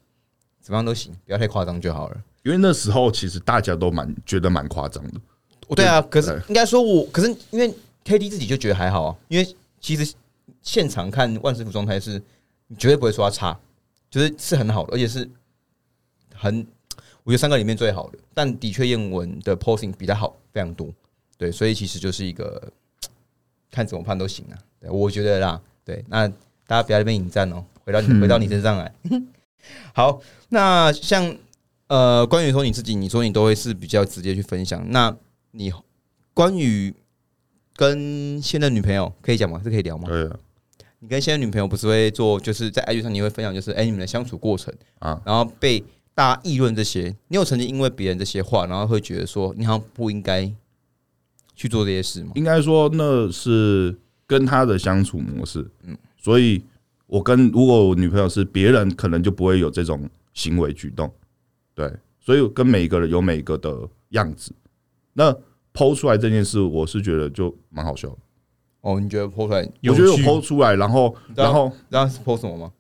S1: 怎么样都行，不要太夸张就好了。
S3: 因为那时候其实大家都蛮觉得蛮夸张的，
S1: 哦对啊，可是
S3: 对
S1: 应该说我，可是因为 KD 自己就觉得还好、啊，因为其实现场看万师傅状态是，你绝对不会说他差，就是是很好的，而且是很，我觉得三个里面最好的。但的确，燕文的 posing 比他好非常多，对，所以其实就是一个看怎么判都行啊。对，我觉得啦，对，那大家不要在那边引战哦，回到 你回到你身上来。 好，那像呃，关于说你自己，你说你都会是比较直接去分享，那你关于跟现任女朋友可以讲吗？是可以聊吗？
S3: 对啊
S1: 你跟现任女朋友不是会做，就是在 IG 上你会分享，就是哎、你们的相处过程
S3: 啊，
S1: 然后被大家议论这些，你有曾经因为别人这些话，然后会觉得说你好像不应该去做这些事吗？
S3: 应该说那是跟他的相处模式，嗯，所以我跟如果我女朋友是别人，可能就不会有这种行为举动，对，所以跟每一个人有每一个的样子。那剖出来这件事，我是觉得就蛮好笑的。
S1: 哦，你觉得 po 出来，
S2: 有
S3: 我觉得我
S2: 趣
S3: 剖出来，然后
S1: 知道
S3: 然后
S1: 然后是 po 什么吗？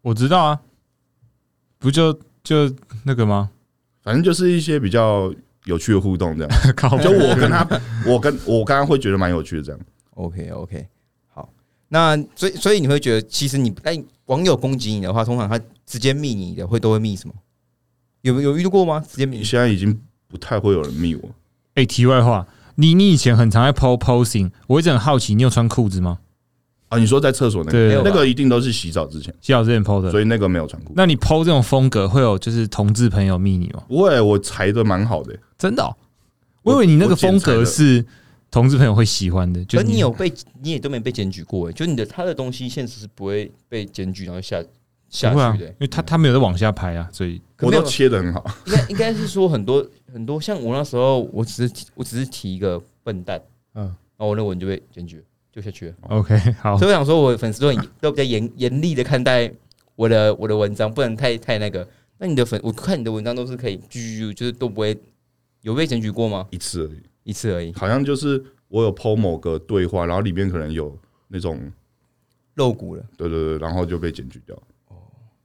S2: 我知道啊，不就就那个吗？
S3: 反正就是一些比较有趣的互动，这样。
S2: 靠，
S3: 就我跟他，我跟我刚刚会觉得蛮有趣的，这样。
S1: OK OK，好，那所以所以你会觉得，其实你哎网友攻击你的话，通常他直接密你的会都会密什么？有有遇过吗？直接密
S3: 你现在已经不太会有人密我，
S2: 哎、题外话，你你以前很常在 po posing，我一直很好奇，你有穿裤子吗？
S3: 啊，你说在厕所那
S2: 对
S3: 个，那个一定都是洗澡之前，
S2: 洗澡之前 po 的。
S3: 所以那个没有穿裤。
S2: 那你 po 这种风格，会有就是同志朋友密你吗？
S3: 不会，我裁的蛮好的、
S2: 真的哦、我
S3: 我
S2: 以为你那个
S3: 我剪
S2: 风
S3: 裁
S2: 格
S3: 的
S2: 是同志朋友会喜欢的，就
S1: 可你有被你也都没被检举过哎，就你的他的东西现实是不会被检举然后下下
S2: 不会啊，
S1: 去的
S2: 因
S1: 欸。
S2: 为他他没有在往下拍啊，所以
S1: 可
S3: 我
S1: 没有
S3: 都切的很好。
S1: 应该应该是说很多很多，像我那时候，我只是提我只是提一个笨蛋，嗯
S2: 嗯，
S1: 然后我那文就被检举，就下去了。
S2: OK 好
S1: 所以，我想说，我的粉丝都很都比较严严厉的看待我的我的文章，不能太太那个。那你的粉，我看你的文章都是可以，啾就是都不会有被检举过吗？
S3: 一次而已，
S1: 一次而已，
S3: 好像就是我有剖某个对话，然后里面可能有那种，
S1: 露骨了。
S3: 对对对，然后就被检举掉。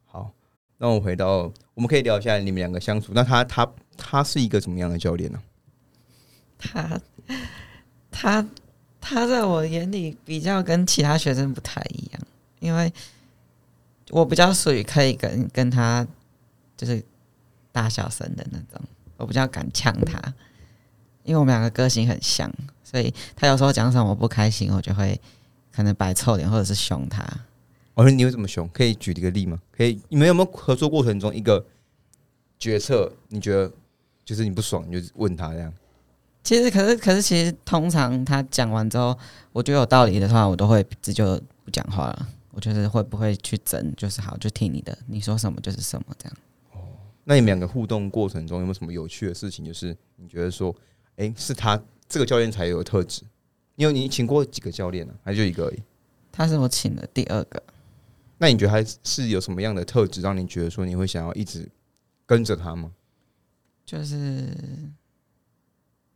S1: 好，那我回到，我们可以聊一下你们两个相处。那他他他是一个怎么样的教练呢、
S4: 他他他在我眼里比较跟其他学生不太一样，因为我比较属于可以跟跟他就是大小声的那种，我比较敢呛他，因为我们两个个性很像，所以他有时候讲什么我不开心，我就会可能摆臭脸或者是凶他。
S1: 我哦说你有怎么凶？可以举一个例吗？可以，你们有没有合作过程中一个决策，你觉得就是你不爽，你就问他这样？
S4: 其实，可是，可是，其实通常他讲完之后，我觉得有道理的话，我都会直就不讲话了。我就是会不会去争，就是好，就听你的，你说什么就是什么这样。
S1: 那你们两个互动过程中有没有什么有趣的事情？就是你觉得说，哎、是他这个教练才有的特质？因为你请过几个教练呢、还就一个而已。
S4: 他是我请的第二个，
S1: 那你觉得他是有什么样的特质，让你觉得说你会想要一直跟着他吗？
S4: 就是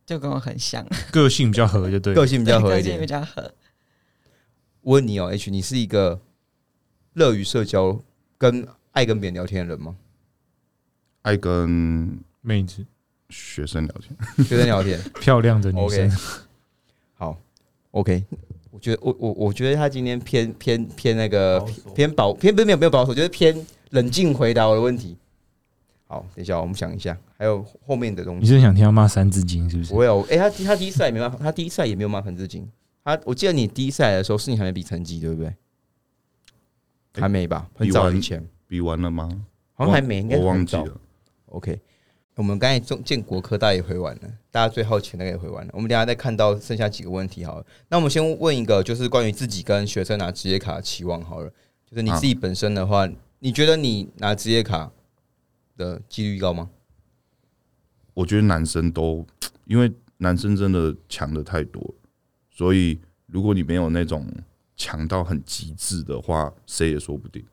S4: 就跟我很像，
S2: 个性比较合就对了
S1: 个。性比较合一
S4: 对个性
S1: 点
S4: 比。较合。
S1: 我问你哦，H，你是一个乐于社交、跟爱跟别人聊天的人吗？
S3: 爱跟
S2: 妹子
S3: 学生聊天，
S1: 学生聊天。
S2: 漂亮的女
S1: OK，
S2: 生，
S1: 好，OK，我觉得我我我觉得他今天偏偏偏那个偏保偏不是没有没有保守，就是偏冷静回答我的问题。好，等一下我们想一下，还有后面的东
S2: 你
S1: 西。
S2: 是很想听到骂三字经是不是
S3: 嗯
S1: 不？会哦，哎、他他第一赛也没办法，他第一赛也没有骂陈志景。他我记得你第一赛的时候是你还没比成绩对不对？
S3: 诶
S1: 还没吧，很
S3: 比
S1: 早
S3: 完
S1: 以前，
S3: 比完了吗？
S1: 好像还没，应该
S3: 我忘
S1: 很
S3: 记
S1: 早。
S3: 了。
S1: OK，我们刚才中建国科大也回完了，大家最好奇那个也回完了。我们等一下再看到剩下几个问题好了。那我们先问一个，就是关于自己跟学生拿职业卡的期望好了。就是
S3: 啊
S1: 你自己本身的话，你觉得你拿职业卡的几率高吗？
S3: 我觉得男生都因为男生真的强的太多了，所以如果你没有那种强到很极致的话，谁也说不定。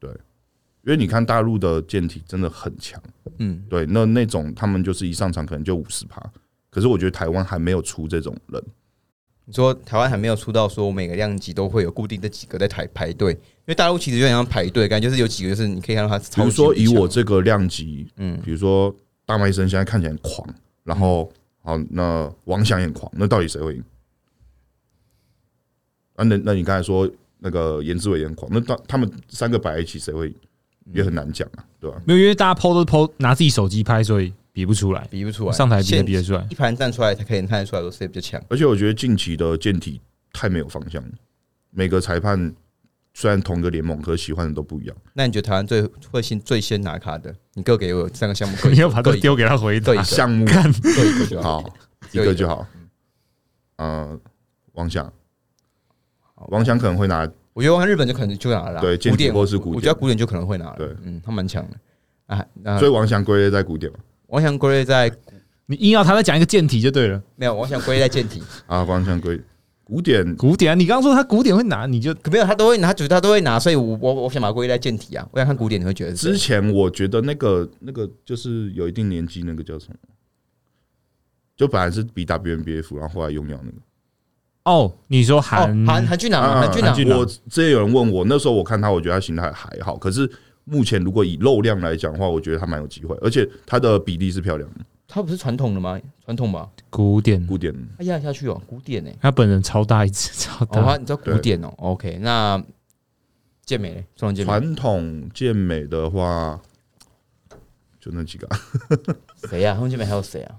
S3: 对，因为你看大陆的健体真的很强，
S1: 嗯，
S3: 对，那那种他们就是一上场可能就五十趴，可是我觉得台湾还没有出这种人。
S1: 你说台湾还没有出到说每个量级都会有固定的几个在排排队，因为大陆其实有点像排队，感觉就是有几个就是你可以看到他
S3: 比
S1: 超
S3: 如
S1: 级
S3: 说以
S1: 强
S3: 我这个量级，
S1: 嗯
S3: 比如说大麦医生现在看起来很狂，然后好，那王翔也很狂，那到底谁会赢？啊，那那你刚才说那个颜志伟也很狂，那他他们三个摆在一起谁会赢？也很难讲啊，对吧、
S2: 没有，因为大家 PO 都 PO 拿自己手机拍，所以比不出来，
S1: 比不出来，
S2: 上台比
S1: 现
S2: 也比得出来。，
S1: 一盘站出来才可以看得出来说谁比较强。
S3: 而且我觉得近期的健体太没有方向了，每个裁判虽然同一个联盟，可是喜欢的都不一样。
S1: 那你觉得台湾最会先最先拿卡的？你各给我三个项目各一
S2: 你
S1: 个
S2: 要把这
S1: 各
S2: 个
S1: 一个
S2: 丢给他回答
S1: 各一。个
S3: 项目
S2: 看，
S1: 各一个就好。
S3: 好，一个就好。呃，王翔，王翔可能会拿
S1: 我觉得我看日本就可能就拿了啦，
S3: 对
S1: 古典
S3: 剑指或是古典
S1: 我觉得古典就可能会拿了。
S3: 对
S1: 嗯，他蛮强的啊。那
S3: 所以王翔归类在古典嘛？
S1: 王翔归类在
S2: 你硬要他再讲一个健体就对了。
S1: 没有，王翔归类在健体，
S3: 啊，王翔归古典
S2: 古典啊，你刚刚说他古典会拿，你就
S1: 可没有他都会拿，主他都会拿，所以我我我想把它归类在健体啊。我想看古典，你会觉得
S3: 之
S1: 是谁
S3: 前，我觉得那个那个就是有一定年纪那个叫什么，就本来是比 WNBF，然后后来用药那个。
S2: 哦，你说
S1: 哦
S2: 韩
S1: 韩韩俊男嘛，
S3: 啊
S1: 韩俊男
S2: 韩，俊朗
S3: 我之前有人问我，那时候我看他，我觉得他形态还好，可是目前如果以肉量来讲的话，我觉得他蛮有机会，而且他的比例是漂亮的，
S1: 他不是传统的吗？传统吧，
S2: 古典，
S3: 古典
S1: 他压得下去哦，古典呢？
S2: 他本人超大一只， 超
S1: 哦，他
S2: 大。
S1: 你知道古典哦？OK，那健美嘞，传统健美
S3: 传统健美的话，就那几个 啊
S1: 谁呀？他们健美还有谁啊？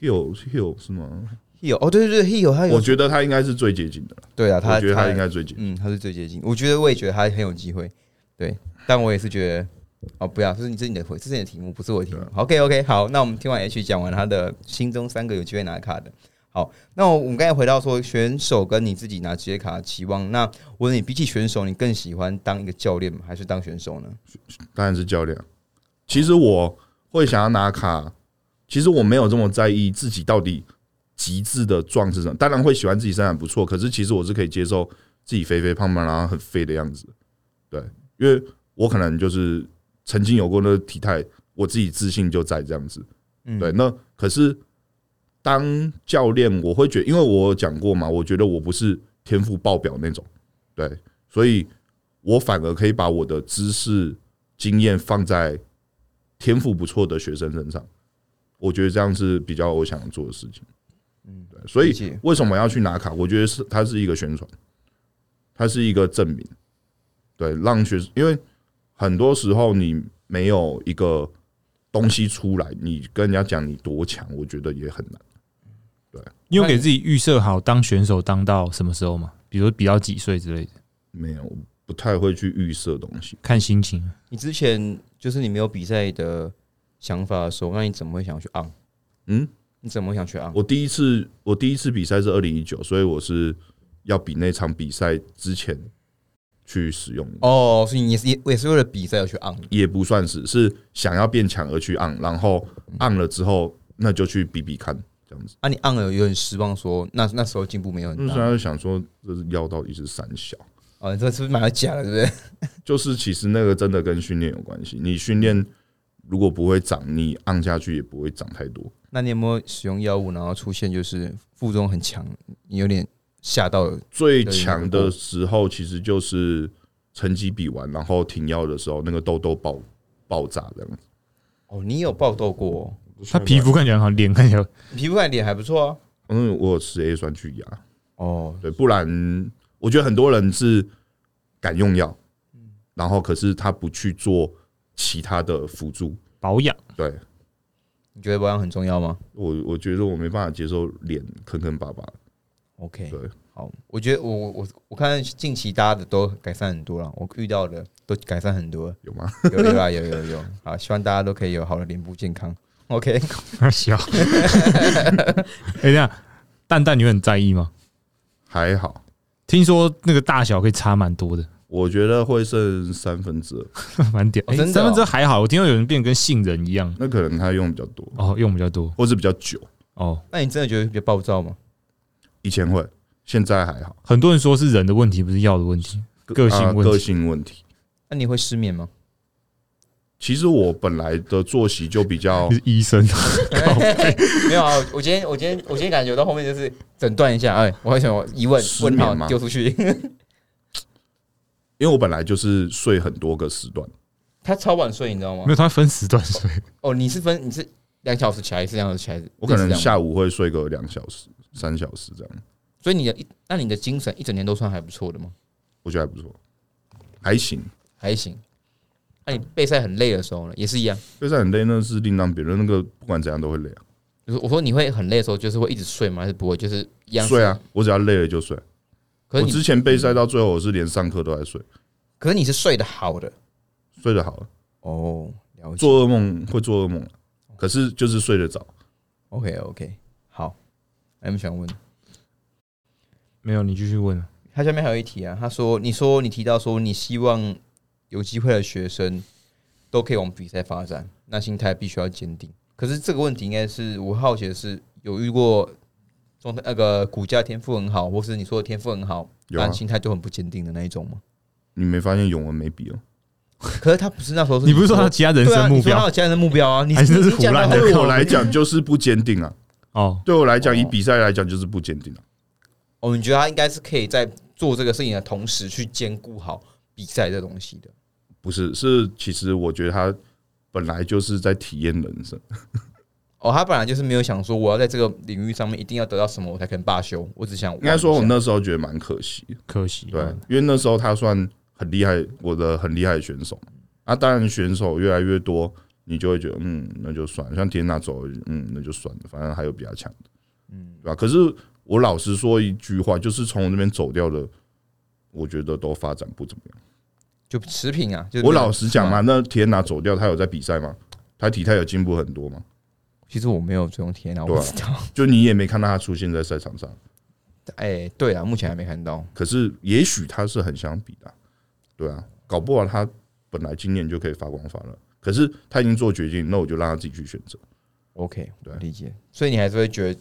S3: ，Hill Hill 是吗？
S1: Hill 哦，对对对，Hill 他
S3: 我
S1: 有
S3: 觉得他应该是最接近的，
S1: 对啊，
S3: 我
S1: 他
S3: 觉得他应该最接近。
S1: 嗯，他是最接近。我觉得我也觉得他很有机会，对，但我也是觉得。哦，不要，这是你这是你的回，这是你的题目，不是我的题目。OK
S3: 啊
S1: OK，好，那我们听完 H 讲完他的心中三个有机会拿卡的。好，那我们刚才回到说选手跟你自己拿职业卡的期望，那我问你，比起选手，你更喜欢当一个教练吗？还是当选手呢？
S3: 当然是教练。其实我会想要拿卡，其实我没有这么在意自己到底极致的壮是什么。当然会喜欢自己身材不错，可是其实我是可以接受自己肥肥胖胖，然后很废的样子。对，因为我可能就是曾经有过那个体态，我自己自信就在这样子。
S1: 嗯
S3: 对，那可是当教练，我会觉得，因为我有讲过嘛，我觉得我不是天赋爆表那种，对，所以我反而可以把我的知识经验放在天赋不错的学生身上，我觉得这样是比较我想做的事情。
S1: 嗯，
S3: 对，所
S1: 理
S3: 以
S1: 解
S3: 为什么要去拿卡？我觉得是它是一个宣传，它是一个证明，对，让学因为很多时候你没有一个东西出来，你跟人家讲你多强，我觉得也很难。
S2: 你有给自己预设好当选手当到什么时候吗？比如说比到几岁之类的，
S3: 没有，不太会去预设东西。
S2: 看心情。
S1: 你之前就是你没有比赛的想法的时候，那你怎么会想要去 on？
S3: 嗯，
S1: 你怎么会想去 on？
S3: 我第一次我第一次比赛是二零一九，所以我是要比那场比赛之前去使用的，
S1: 哦，所以你也是也我也是为了比赛要去 on 的。
S3: 也不算是是想要变强而去按，然后按了之后那就去比比看这样子。
S1: 啊，你 on 了有点失望说，那那时候进步没有很
S3: 那
S1: 大
S3: 时。候就想说，这是药到底是三小，
S1: 哦，你这是不是买了假的，对不对？
S3: 就是其实那个真的跟训练有关系。你训练如果不会长，你按下去也不会长太多。
S1: 那你有没有使用药物，然后出现就是负重很强，你有点吓到了？
S3: 最强的时候其实就是成绩比完，然后停药的时候，那个痘痘爆爆炸这样子。
S1: 哦，你有爆痘过、哦，
S2: 他皮肤看起来很好，脸看起来
S1: 你皮肤感脸还不错啊。
S3: 嗯，我有吃 A 酸去压，
S1: 哦，
S3: 对，不然我觉得很多人是敢用药，
S1: 嗯
S3: 然后可是他不去做其他的辅助，
S2: 保养。
S3: 对。
S1: 你觉得保养很重要吗
S3: 我我觉得我没办法接受脸坑坑巴巴，
S1: ？OK，
S3: 对，
S1: 好，我觉得我我我我看近期大家的都改善很多了，我遇到的都改善很多了，
S3: 有吗？
S1: 有有啊有有有，好，希望大家都可以有好的脸部健康。OK，
S2: 笑。哎、这样蛋蛋，你会很在意吗？
S3: 还好，
S2: 听说那个大小可以差蛮多的，
S3: 我觉得会剩三分之二，
S2: 蛮屌。
S1: 哦
S2: 哎
S1: 真的哦
S2: 三分之二还好，我听到有人变跟杏仁一样，
S3: 那可能他用比较多，
S2: 哦，用比较多
S3: 或是比较久。
S2: 哦。
S1: 那你真的觉得比较暴躁吗？
S3: 以以前会，现在还好。
S2: 很多人说是人的问题，不是药的问题。个性
S3: 啊
S2: 问题
S3: 个性问题。
S1: 那你会失眠吗？
S3: 其实我本来的作息就比较
S2: 你是医生，
S1: 没有啊，我今天我今天我今天感觉到后面就是诊断一下，哎，我还想我疑问
S3: 失
S1: 问
S3: 眠
S1: 号
S3: 吗
S1: 丢出去，
S3: 因为我本来就是睡很多个时段，
S1: 他超晚睡，你知道
S2: 没
S1: 吗？
S2: 有他分时段睡，
S1: 哦，你是分你是两小时起来，是两小时起来，
S3: 我可
S1: 类似这
S3: 能
S1: 样吗，
S3: 下午会睡个两小时、三小时这样，
S1: 所以你的一那你的精神一整天都算还不错的吗？
S3: 我觉得还不错，还行。
S1: 还行。那你备赛很累的时候呢，也是一样。
S3: 就是很累，那是另当别论，那个不管怎样都会累啊。
S1: 就是我说你会很累的时候，就是会一直睡吗？还是不会？就是一样
S3: 睡啊。，我只要累了就睡。
S1: 可
S3: 我
S1: 是你
S3: 之前备赛到最后，我是连上课都在睡，
S1: 可是你是睡得好的
S3: 睡得好，
S1: 哦，了解。
S3: 做噩梦会做噩梦，啊可是就是睡得着。
S1: OK OK，好。M 想问，
S2: 没有你继续问。
S1: 他下面还有一题啊，他说：“你说你提到说你希望有机会的学生都可以往比赛发展，那心态必须要坚定。可是这个问题应该是我好奇的是，有遇过中那个股价天赋很好，或是你说的天赋很好，
S3: 有啊
S1: 但心态就很不坚定的那一种吗？
S3: 你没发现永文没比哦？
S1: 可是他不是那时候是
S2: 你不是说他其他人
S1: 对啊
S2: 生目
S1: 你说他
S2: 标
S1: 有家人的目标啊？你
S2: 还是
S1: 你
S2: 是
S1: 你讲
S2: 胡乱的
S1: 到
S3: 对
S1: 后
S3: 我来讲就是不坚定啊，
S2: 哦？
S3: 对我来讲以
S1: 哦
S3: 比赛来讲就是不坚定啊。
S1: 哦，你觉得他应该是可以在做这个事情的同时去兼顾好比赛这东西的？
S3: 不是，是其实我觉得他本来就是在体验人生，
S1: 哦，他本来就是没有想说我要在这个领域上面一定要得到什么我才肯罢休，我只想玩
S3: 应该说我
S1: 一下
S3: 那时候觉得蛮可惜的，
S2: 可惜，
S3: 对，因为那时候他算很厉害，我的很厉害的选手。啊，当然选手越来越多，你就会觉得嗯，那就算了。像田娜走，嗯，那就算了，反正还有比他强的，嗯，对吧？可是我老实说一句话，就是从我那边走掉的，我觉得都发展不怎么样。
S1: 就持平啊。就是
S3: 我老实讲嘛，
S1: 嘛，
S3: 那田娜走掉，他有在比赛吗？他体态有进步很多吗？
S1: 其实我没有这种体验啊，我
S3: 对
S1: 不
S3: 啊
S1: 知道。
S3: 就你也没看到他出现在赛场上，
S1: 哎，对啊，目前还没看到。
S3: 可是也许他是很想比的啊，对啊，搞不好他本来今年就可以发光发热，可是他已经做决定，那我就让他自己去选择。
S1: OK，
S3: 对
S1: 理解。所以你还是会觉得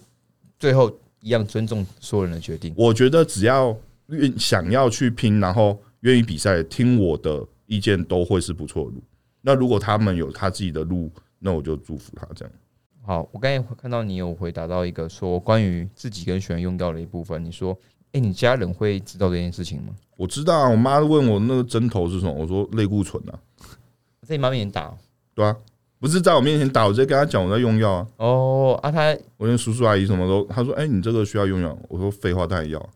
S1: 最后一样尊重所有人的决定。
S3: 我觉得只要愿想要去拼，然后愿意比赛，听我的意见都会是不错的路。那如果他们有他自己的路，那我就祝福他这样。
S1: 好，我刚才看到你有回答到一个说关于自己跟学员用到的一部分，你说，哎，你家人会知道这件事情吗？
S3: 我知道啊，我妈问我那个针头是什么，我说类固醇啊，
S1: 在你妈面前打哦
S3: 对啊，不是在我面前打，我直接跟他讲我在用药啊。
S1: 哦啊，他
S3: 我连叔叔阿姨什么都，他说：“哎、你这个需要用药。”我说：“废话，当然要啊。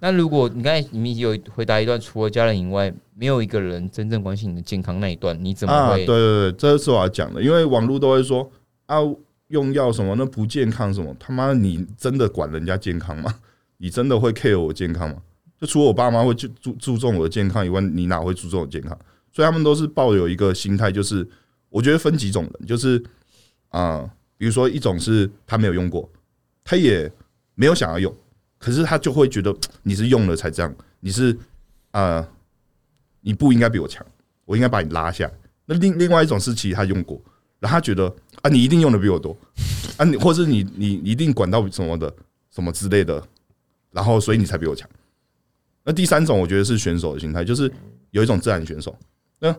S1: 那如果你刚才你们有回答一段，除了家人以外，没有一个人真正关心你的健康那一段，你怎么
S3: 啊？
S1: 会？
S3: 对对对，这是我要讲的，因为网络都会说啊，用药什么那不健康什么，他妈你真的管人家健康吗？ 你真的会 care 我健康吗？就除了我爸妈会注注注重我的健康以外，你哪会注重我健康？所以他们都是抱有一个心态，就是我觉得分几种人，就是啊、比如说一种是他没有用过，他也没有想要用，可是他就会觉得你是用了才这样，你是啊、呃你不应该比我强，我应该把你拉下来。那另另外一种是，其实他用过，然后他觉得啊，你一定用的比我多啊，你或是你你你一定管到什么的什么之类的，然后所以你才比我强。那第三种，我觉得是选手的心态，就是有一种自然选手，那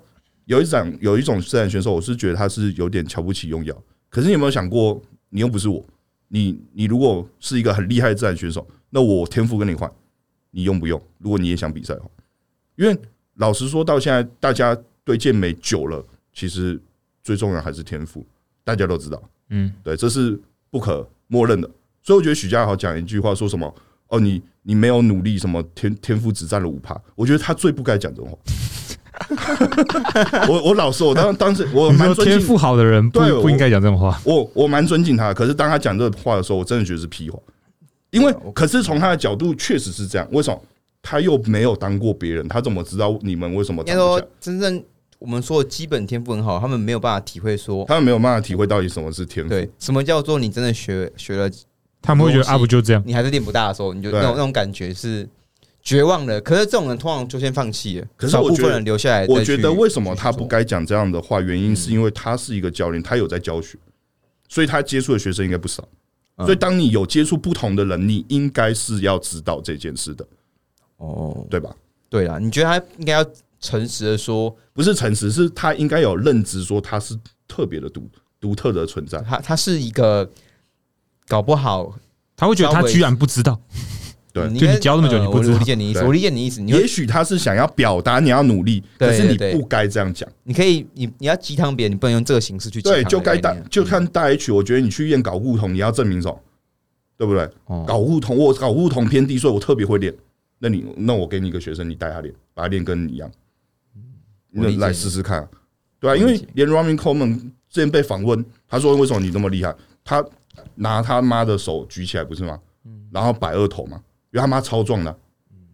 S3: 有一种有一种自然选手，我是觉得他是有点瞧不起用药。可是你有没有想过，你又不是我，你你如果是一个很厉害的自然选手，那我天赋跟你换，你用不用？如果你也想比赛的话，因为老实说，到现在大家对健美久了，其实最重要还是天赋，大家都知道，
S2: 嗯，
S3: 对，这是不可默认的。所以我觉得许家豪讲一句话，说什么哦，你你没有努力，什么天天赋只占了五趴，我觉得他最不该讲这 种话。我我老实说，我当当时我
S2: 你
S3: 蛮
S2: 说
S3: 尊敬
S2: 天赋好的人不
S3: 对我
S2: 不应该讲这种话，
S3: 我我蛮尊敬他的，可是当他讲这话的时候，我真的觉得是屁话。因为
S1: 对啊我，
S3: 可是从他的角度确实是这样。为什么他又没有当过别人？他怎么知道你们为什么
S1: 应该
S3: 当不
S1: 说
S3: 下？
S1: 真正我们说的基本天赋很好，他们没有办法体会说，
S3: 他们没有办法体会到底什么是天赋。
S1: 对什么叫做你真的学学了，
S2: 他们会觉得
S1: 东西
S2: 啊不就这样，
S1: 你还是练不大的时候，你就
S3: 对
S1: 那种那种感觉是绝望的。可是这种人通常就先放弃了，
S3: 可是
S1: 少
S3: 我
S1: 部
S3: 觉得
S1: 分人留下来再去。
S3: 我觉得为什么他
S1: 去
S3: 不
S1: 做？
S3: 该讲这样
S1: 嗯
S3: 的话，原因是因为他是一个教练，他有在教学，所以他接触的学生应该不少。
S1: 嗯
S3: 所以当你有接触不同的人，你应该是要知道这件事的，
S1: 哦，
S3: 对吧？
S1: 对啦，你觉得他应该要诚实的说，
S3: 不是诚实，是他应该有认知，说他是特别的独独特的存在。
S1: 他他是一个搞不好，
S2: 他会觉得他居然不知道，
S3: 对
S1: 你
S2: 就
S1: 应该
S2: 你教那么久
S1: 呃
S2: 你不知
S1: 我
S2: 道
S1: 我理解你意思，
S3: 对
S1: 我理解你意思，你会
S3: 也许他是想要表达你要努力，
S1: 对
S3: 可是你
S1: 对对
S3: 不该这样讲。
S1: 你可以你你要鸡汤别人，你不能用这个形式去鸡汤
S3: 对，
S1: 的
S3: 就该大
S1: 概念啊嗯
S3: 就看大 H，我觉得你去医院搞固酮，你要证明什么？对不对？
S1: 哦
S3: 搞固酮，我搞固酮偏低，所以我特别会练。那你那我给你一个学生，你带他练，把他练跟你一样，
S1: 我理
S3: 那
S1: 解
S3: 来
S1: 你
S3: 试试看、啊。对啊，
S1: 我
S3: 因
S1: 理
S3: 为
S1: 解
S3: 连 Ramin Coleman 之前被访问，他说为什么你那么厉害？他拿他妈的手举起来不是吗？
S1: 嗯
S3: 然后摆二头嘛，因为他妈超壮的啊，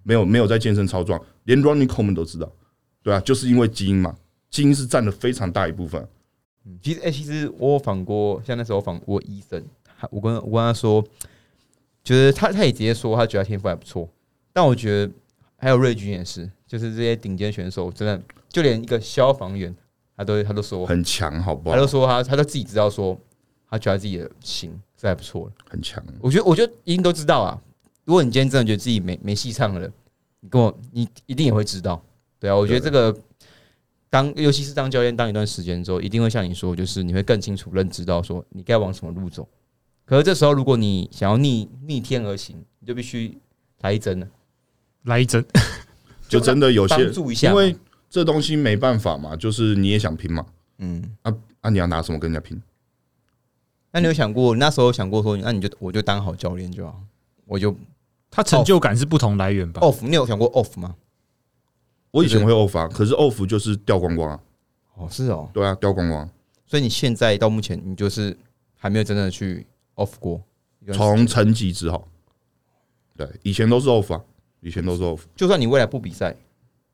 S3: 没有没有在健身超壮，连 Ramin Coleman 都知道，对啊，就是因为基因嘛，基因是占了非常大一部分。
S1: 其实，哎、其实我有访过，像那时候访过医生，他我跟我跟他说，就是他他也直接说他觉得他天赋还不错，但我觉得还有瑞军也是，就是这些顶尖选手，真的就连一个消防员，他都他都说，
S3: 很强，好不
S1: 他
S3: 好？
S1: 都说他他都自己知道说，他觉得自己的心是还不错的。
S3: 很强，
S1: 我觉得我觉得一定都知道啊，如果你今天真的觉得自己没没戏唱了，你跟我你一定也会知道，对啊，我觉得这个。当尤其是当教练当一段时间之后，一定会像你说，就是你会更清楚认知到说你该往什么路走。可是这时候，如果你想要逆逆天而行，你就必须来一针了，
S2: 来一针，
S3: 就真的有些
S1: 帮，助一下嘛。
S3: 因为这东西没办法嘛，就是你也想拼嘛，
S1: 嗯，
S3: 啊，你要拿什么跟人家拼？
S1: 那你有想过，你那时候有想过说，那你就我就当好教练就好，我就
S2: 他成就感是不同来源
S3: 哦
S2: 吧？
S1: off。你有想过 off 吗？
S3: 我以前会 off 啊，可是 off 就是掉光光啊，
S1: 哦，是哦，
S3: 对啊，掉光光。
S1: 所以你现在到目前，你就是还没有真的去 off 过，
S3: 从成绩之后，对，以前都是 off 啊，以前都是 off，
S1: 就算你未来不比赛，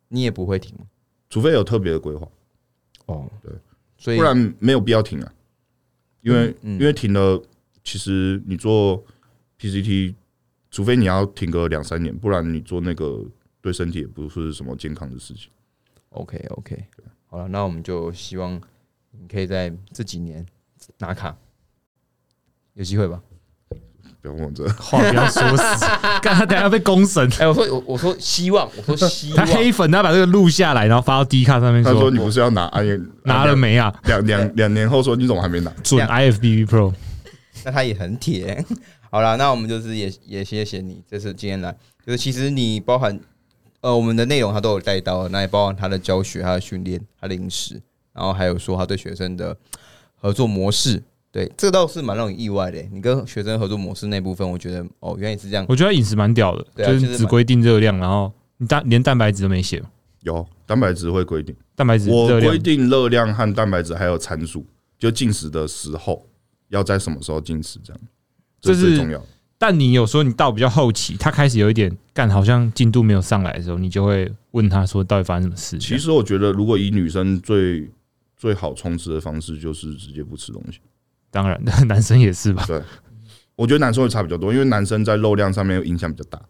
S1: 你也不会停嘛。
S3: 除非有特别的规划，
S1: 哦，
S3: 对，
S1: 所以
S3: 不然没有必要停啊，因为
S1: 嗯嗯
S3: 因为停了，其实你做 PCT，除非你要停个两三年，不然你做那个对身体也不是什么健康的事情。
S1: OK OK，好了，那我们就希望你可以在这几年拿卡，有机会吧？
S3: 不要问我这
S2: 话不要说 死，干他等下被公审。
S1: 哎、我说我我说希望，我说希
S2: 他
S1: 望，
S2: 黑粉，他把这个录下来，然后发到 D 卡上面
S3: 他说
S2: 说嗯
S3: 你不是要拿哎呀
S2: 拿了没啊？
S3: 两两两年后说你怎么还没拿？
S2: 准 IFBB Pro，
S3: 嗯
S1: 那他也很铁。 好了，那我们就是也也谢谢你这次今天来，就是其实你包含呃我们的内容他都有带到，那也包含他的教学、他的训练、他的饮食，然后还有说他对学生的合作模式。对，这倒是蛮让人意外的。欸你跟学生合作模式那部分，我觉得哦，原来是这样。
S2: 我觉得饮食蛮屌的，
S1: 对啊
S2: 就
S1: 就是
S2: 是只规定热量，然后你蛋连蛋白质都没写，
S3: 有蛋白质会规定，
S2: 蛋白质
S3: 我
S2: 热量
S3: 规定热量和蛋白质还有参数，就进食的时候要在什么时候进食，这样
S2: 这
S3: 这
S2: 是
S3: 是最重要的。
S2: 但你有时候你到比较后期，他开始有一点干，好像进度没有上来的时候，你就会问他说到底发生什么事。
S3: 其实我觉得，如果以女生最最好充实的方式，就是直接不吃东西。
S2: 当然， 男生也是吧。
S3: 我觉得男生会差比较多，因为男生在肉量上面影响比较大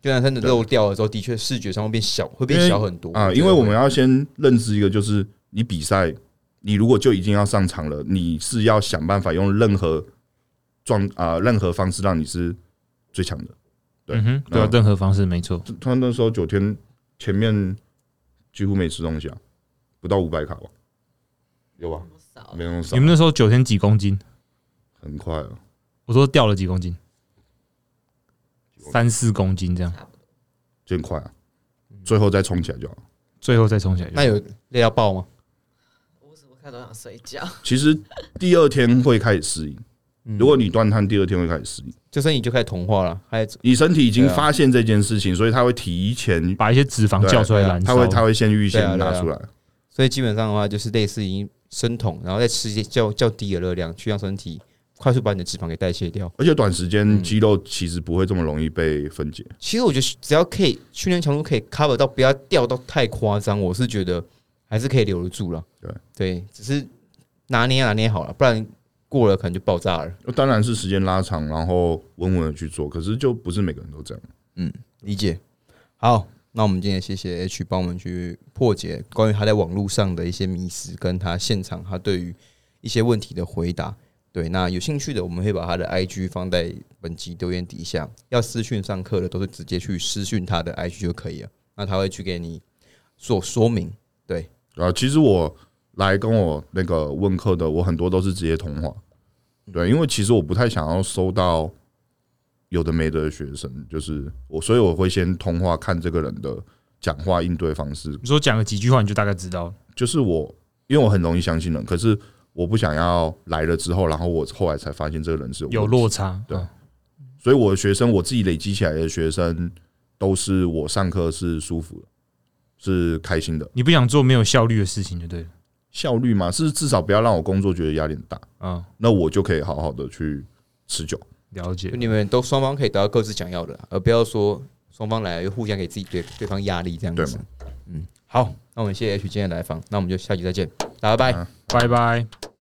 S1: 就男生的
S3: 对
S1: 肉掉了之后，的确视觉上会变小，会变
S3: 因为
S1: 小很多
S3: 啊。
S1: 觉得
S3: 因为我们
S1: 会
S3: 要先认知一个，就是你比赛，你如果就已经要上场了，你是要想办法用任何状啊任何方式让你是最强的。对
S2: 嗯哼，对啊
S3: 嗯，
S2: 任何方式没错。
S3: 他那时候九天前面几乎没吃东西啊，不到五百卡吧？有吧？
S4: 少
S3: 没有那么少
S2: 你，们那时候九天几公斤？
S3: 很快啊。
S2: 我说掉了几公斤，三四公斤这样，
S3: 就很快啊，最后再冲起来就好。
S2: 最后再冲起来就
S1: 那有累到爆吗？
S4: 无时无刻都想睡觉。
S3: 其实第二天会开始适应，
S1: 嗯
S3: 如果你断碳，第二天会开始适应。
S1: 就身体就开始同化了，还
S3: 你身体已经
S1: 对啊
S3: 发现这件事情，所以它会提前，
S2: 把一些脂肪
S3: 对
S2: 叫出来燃
S3: 它
S2: 烧。
S3: 会它会先预
S1: 对啊
S3: 先
S1: 对啊
S3: 拿出来。
S1: 所以基本上的话，就是类似已经生酮，然后再吃一些较较低的热量，去让身体快速把你的脂肪给代谢掉。
S3: 而且短时间
S1: 嗯
S3: 肌肉其实不会这么容易被分解。
S1: 其实我觉得只要可以训练强度可以 cover 到，不要掉到太夸张，我是觉得还是可以留得住了。
S3: 对
S1: 对，只是拿捏拿捏好了，不然过了可能就爆炸了。
S3: 哦当然是时间拉长，然后稳稳的去做，可是就不是每个人都这样。
S1: 理解。好，那我们今天也谢谢 H 帮我们去破解关于他在网络上的一些迷思，跟他现场他对于一些问题的回答。对，那有兴趣的，我们会把他的 IG 放在本集留言底下。要私讯上课的，都是直接去私讯他的 IG 就可以了。那他会去给你做说明。
S3: 啊，其实我来跟我那个问课的，我很多都是直接通话，
S2: 嗯
S3: 对，因为其实我不太想要收到有的没的学生，就是我，所以我会先通话看这个人的讲话应对方式，
S2: 你说讲个几句话你就大概知道了。
S3: 就是我，因为我很容易相信人，可是我不想要来了之后，然后我后来才发现这个人是
S2: 有
S3: 问
S2: 落差，
S3: 对
S2: 嗯
S3: 所以我的学生，我自己累积起来的学生，都是我上课是舒服的，是开心的，
S2: 你不想做没有效率的事情就对了。
S3: 效率嘛，是至少不要让我工作觉得压力很大，
S2: 嗯，
S3: 那我就可以好好的去持久。
S2: 了解
S1: 就。你们都双方可以得到各自想要的啦，而不要说双方来了又互相给自己对对方压力这样
S3: 对
S1: 子。嗯，好，那我们谢谢 H 今天的来访，那我们就下期再见，大家拜拜。
S2: 拜拜。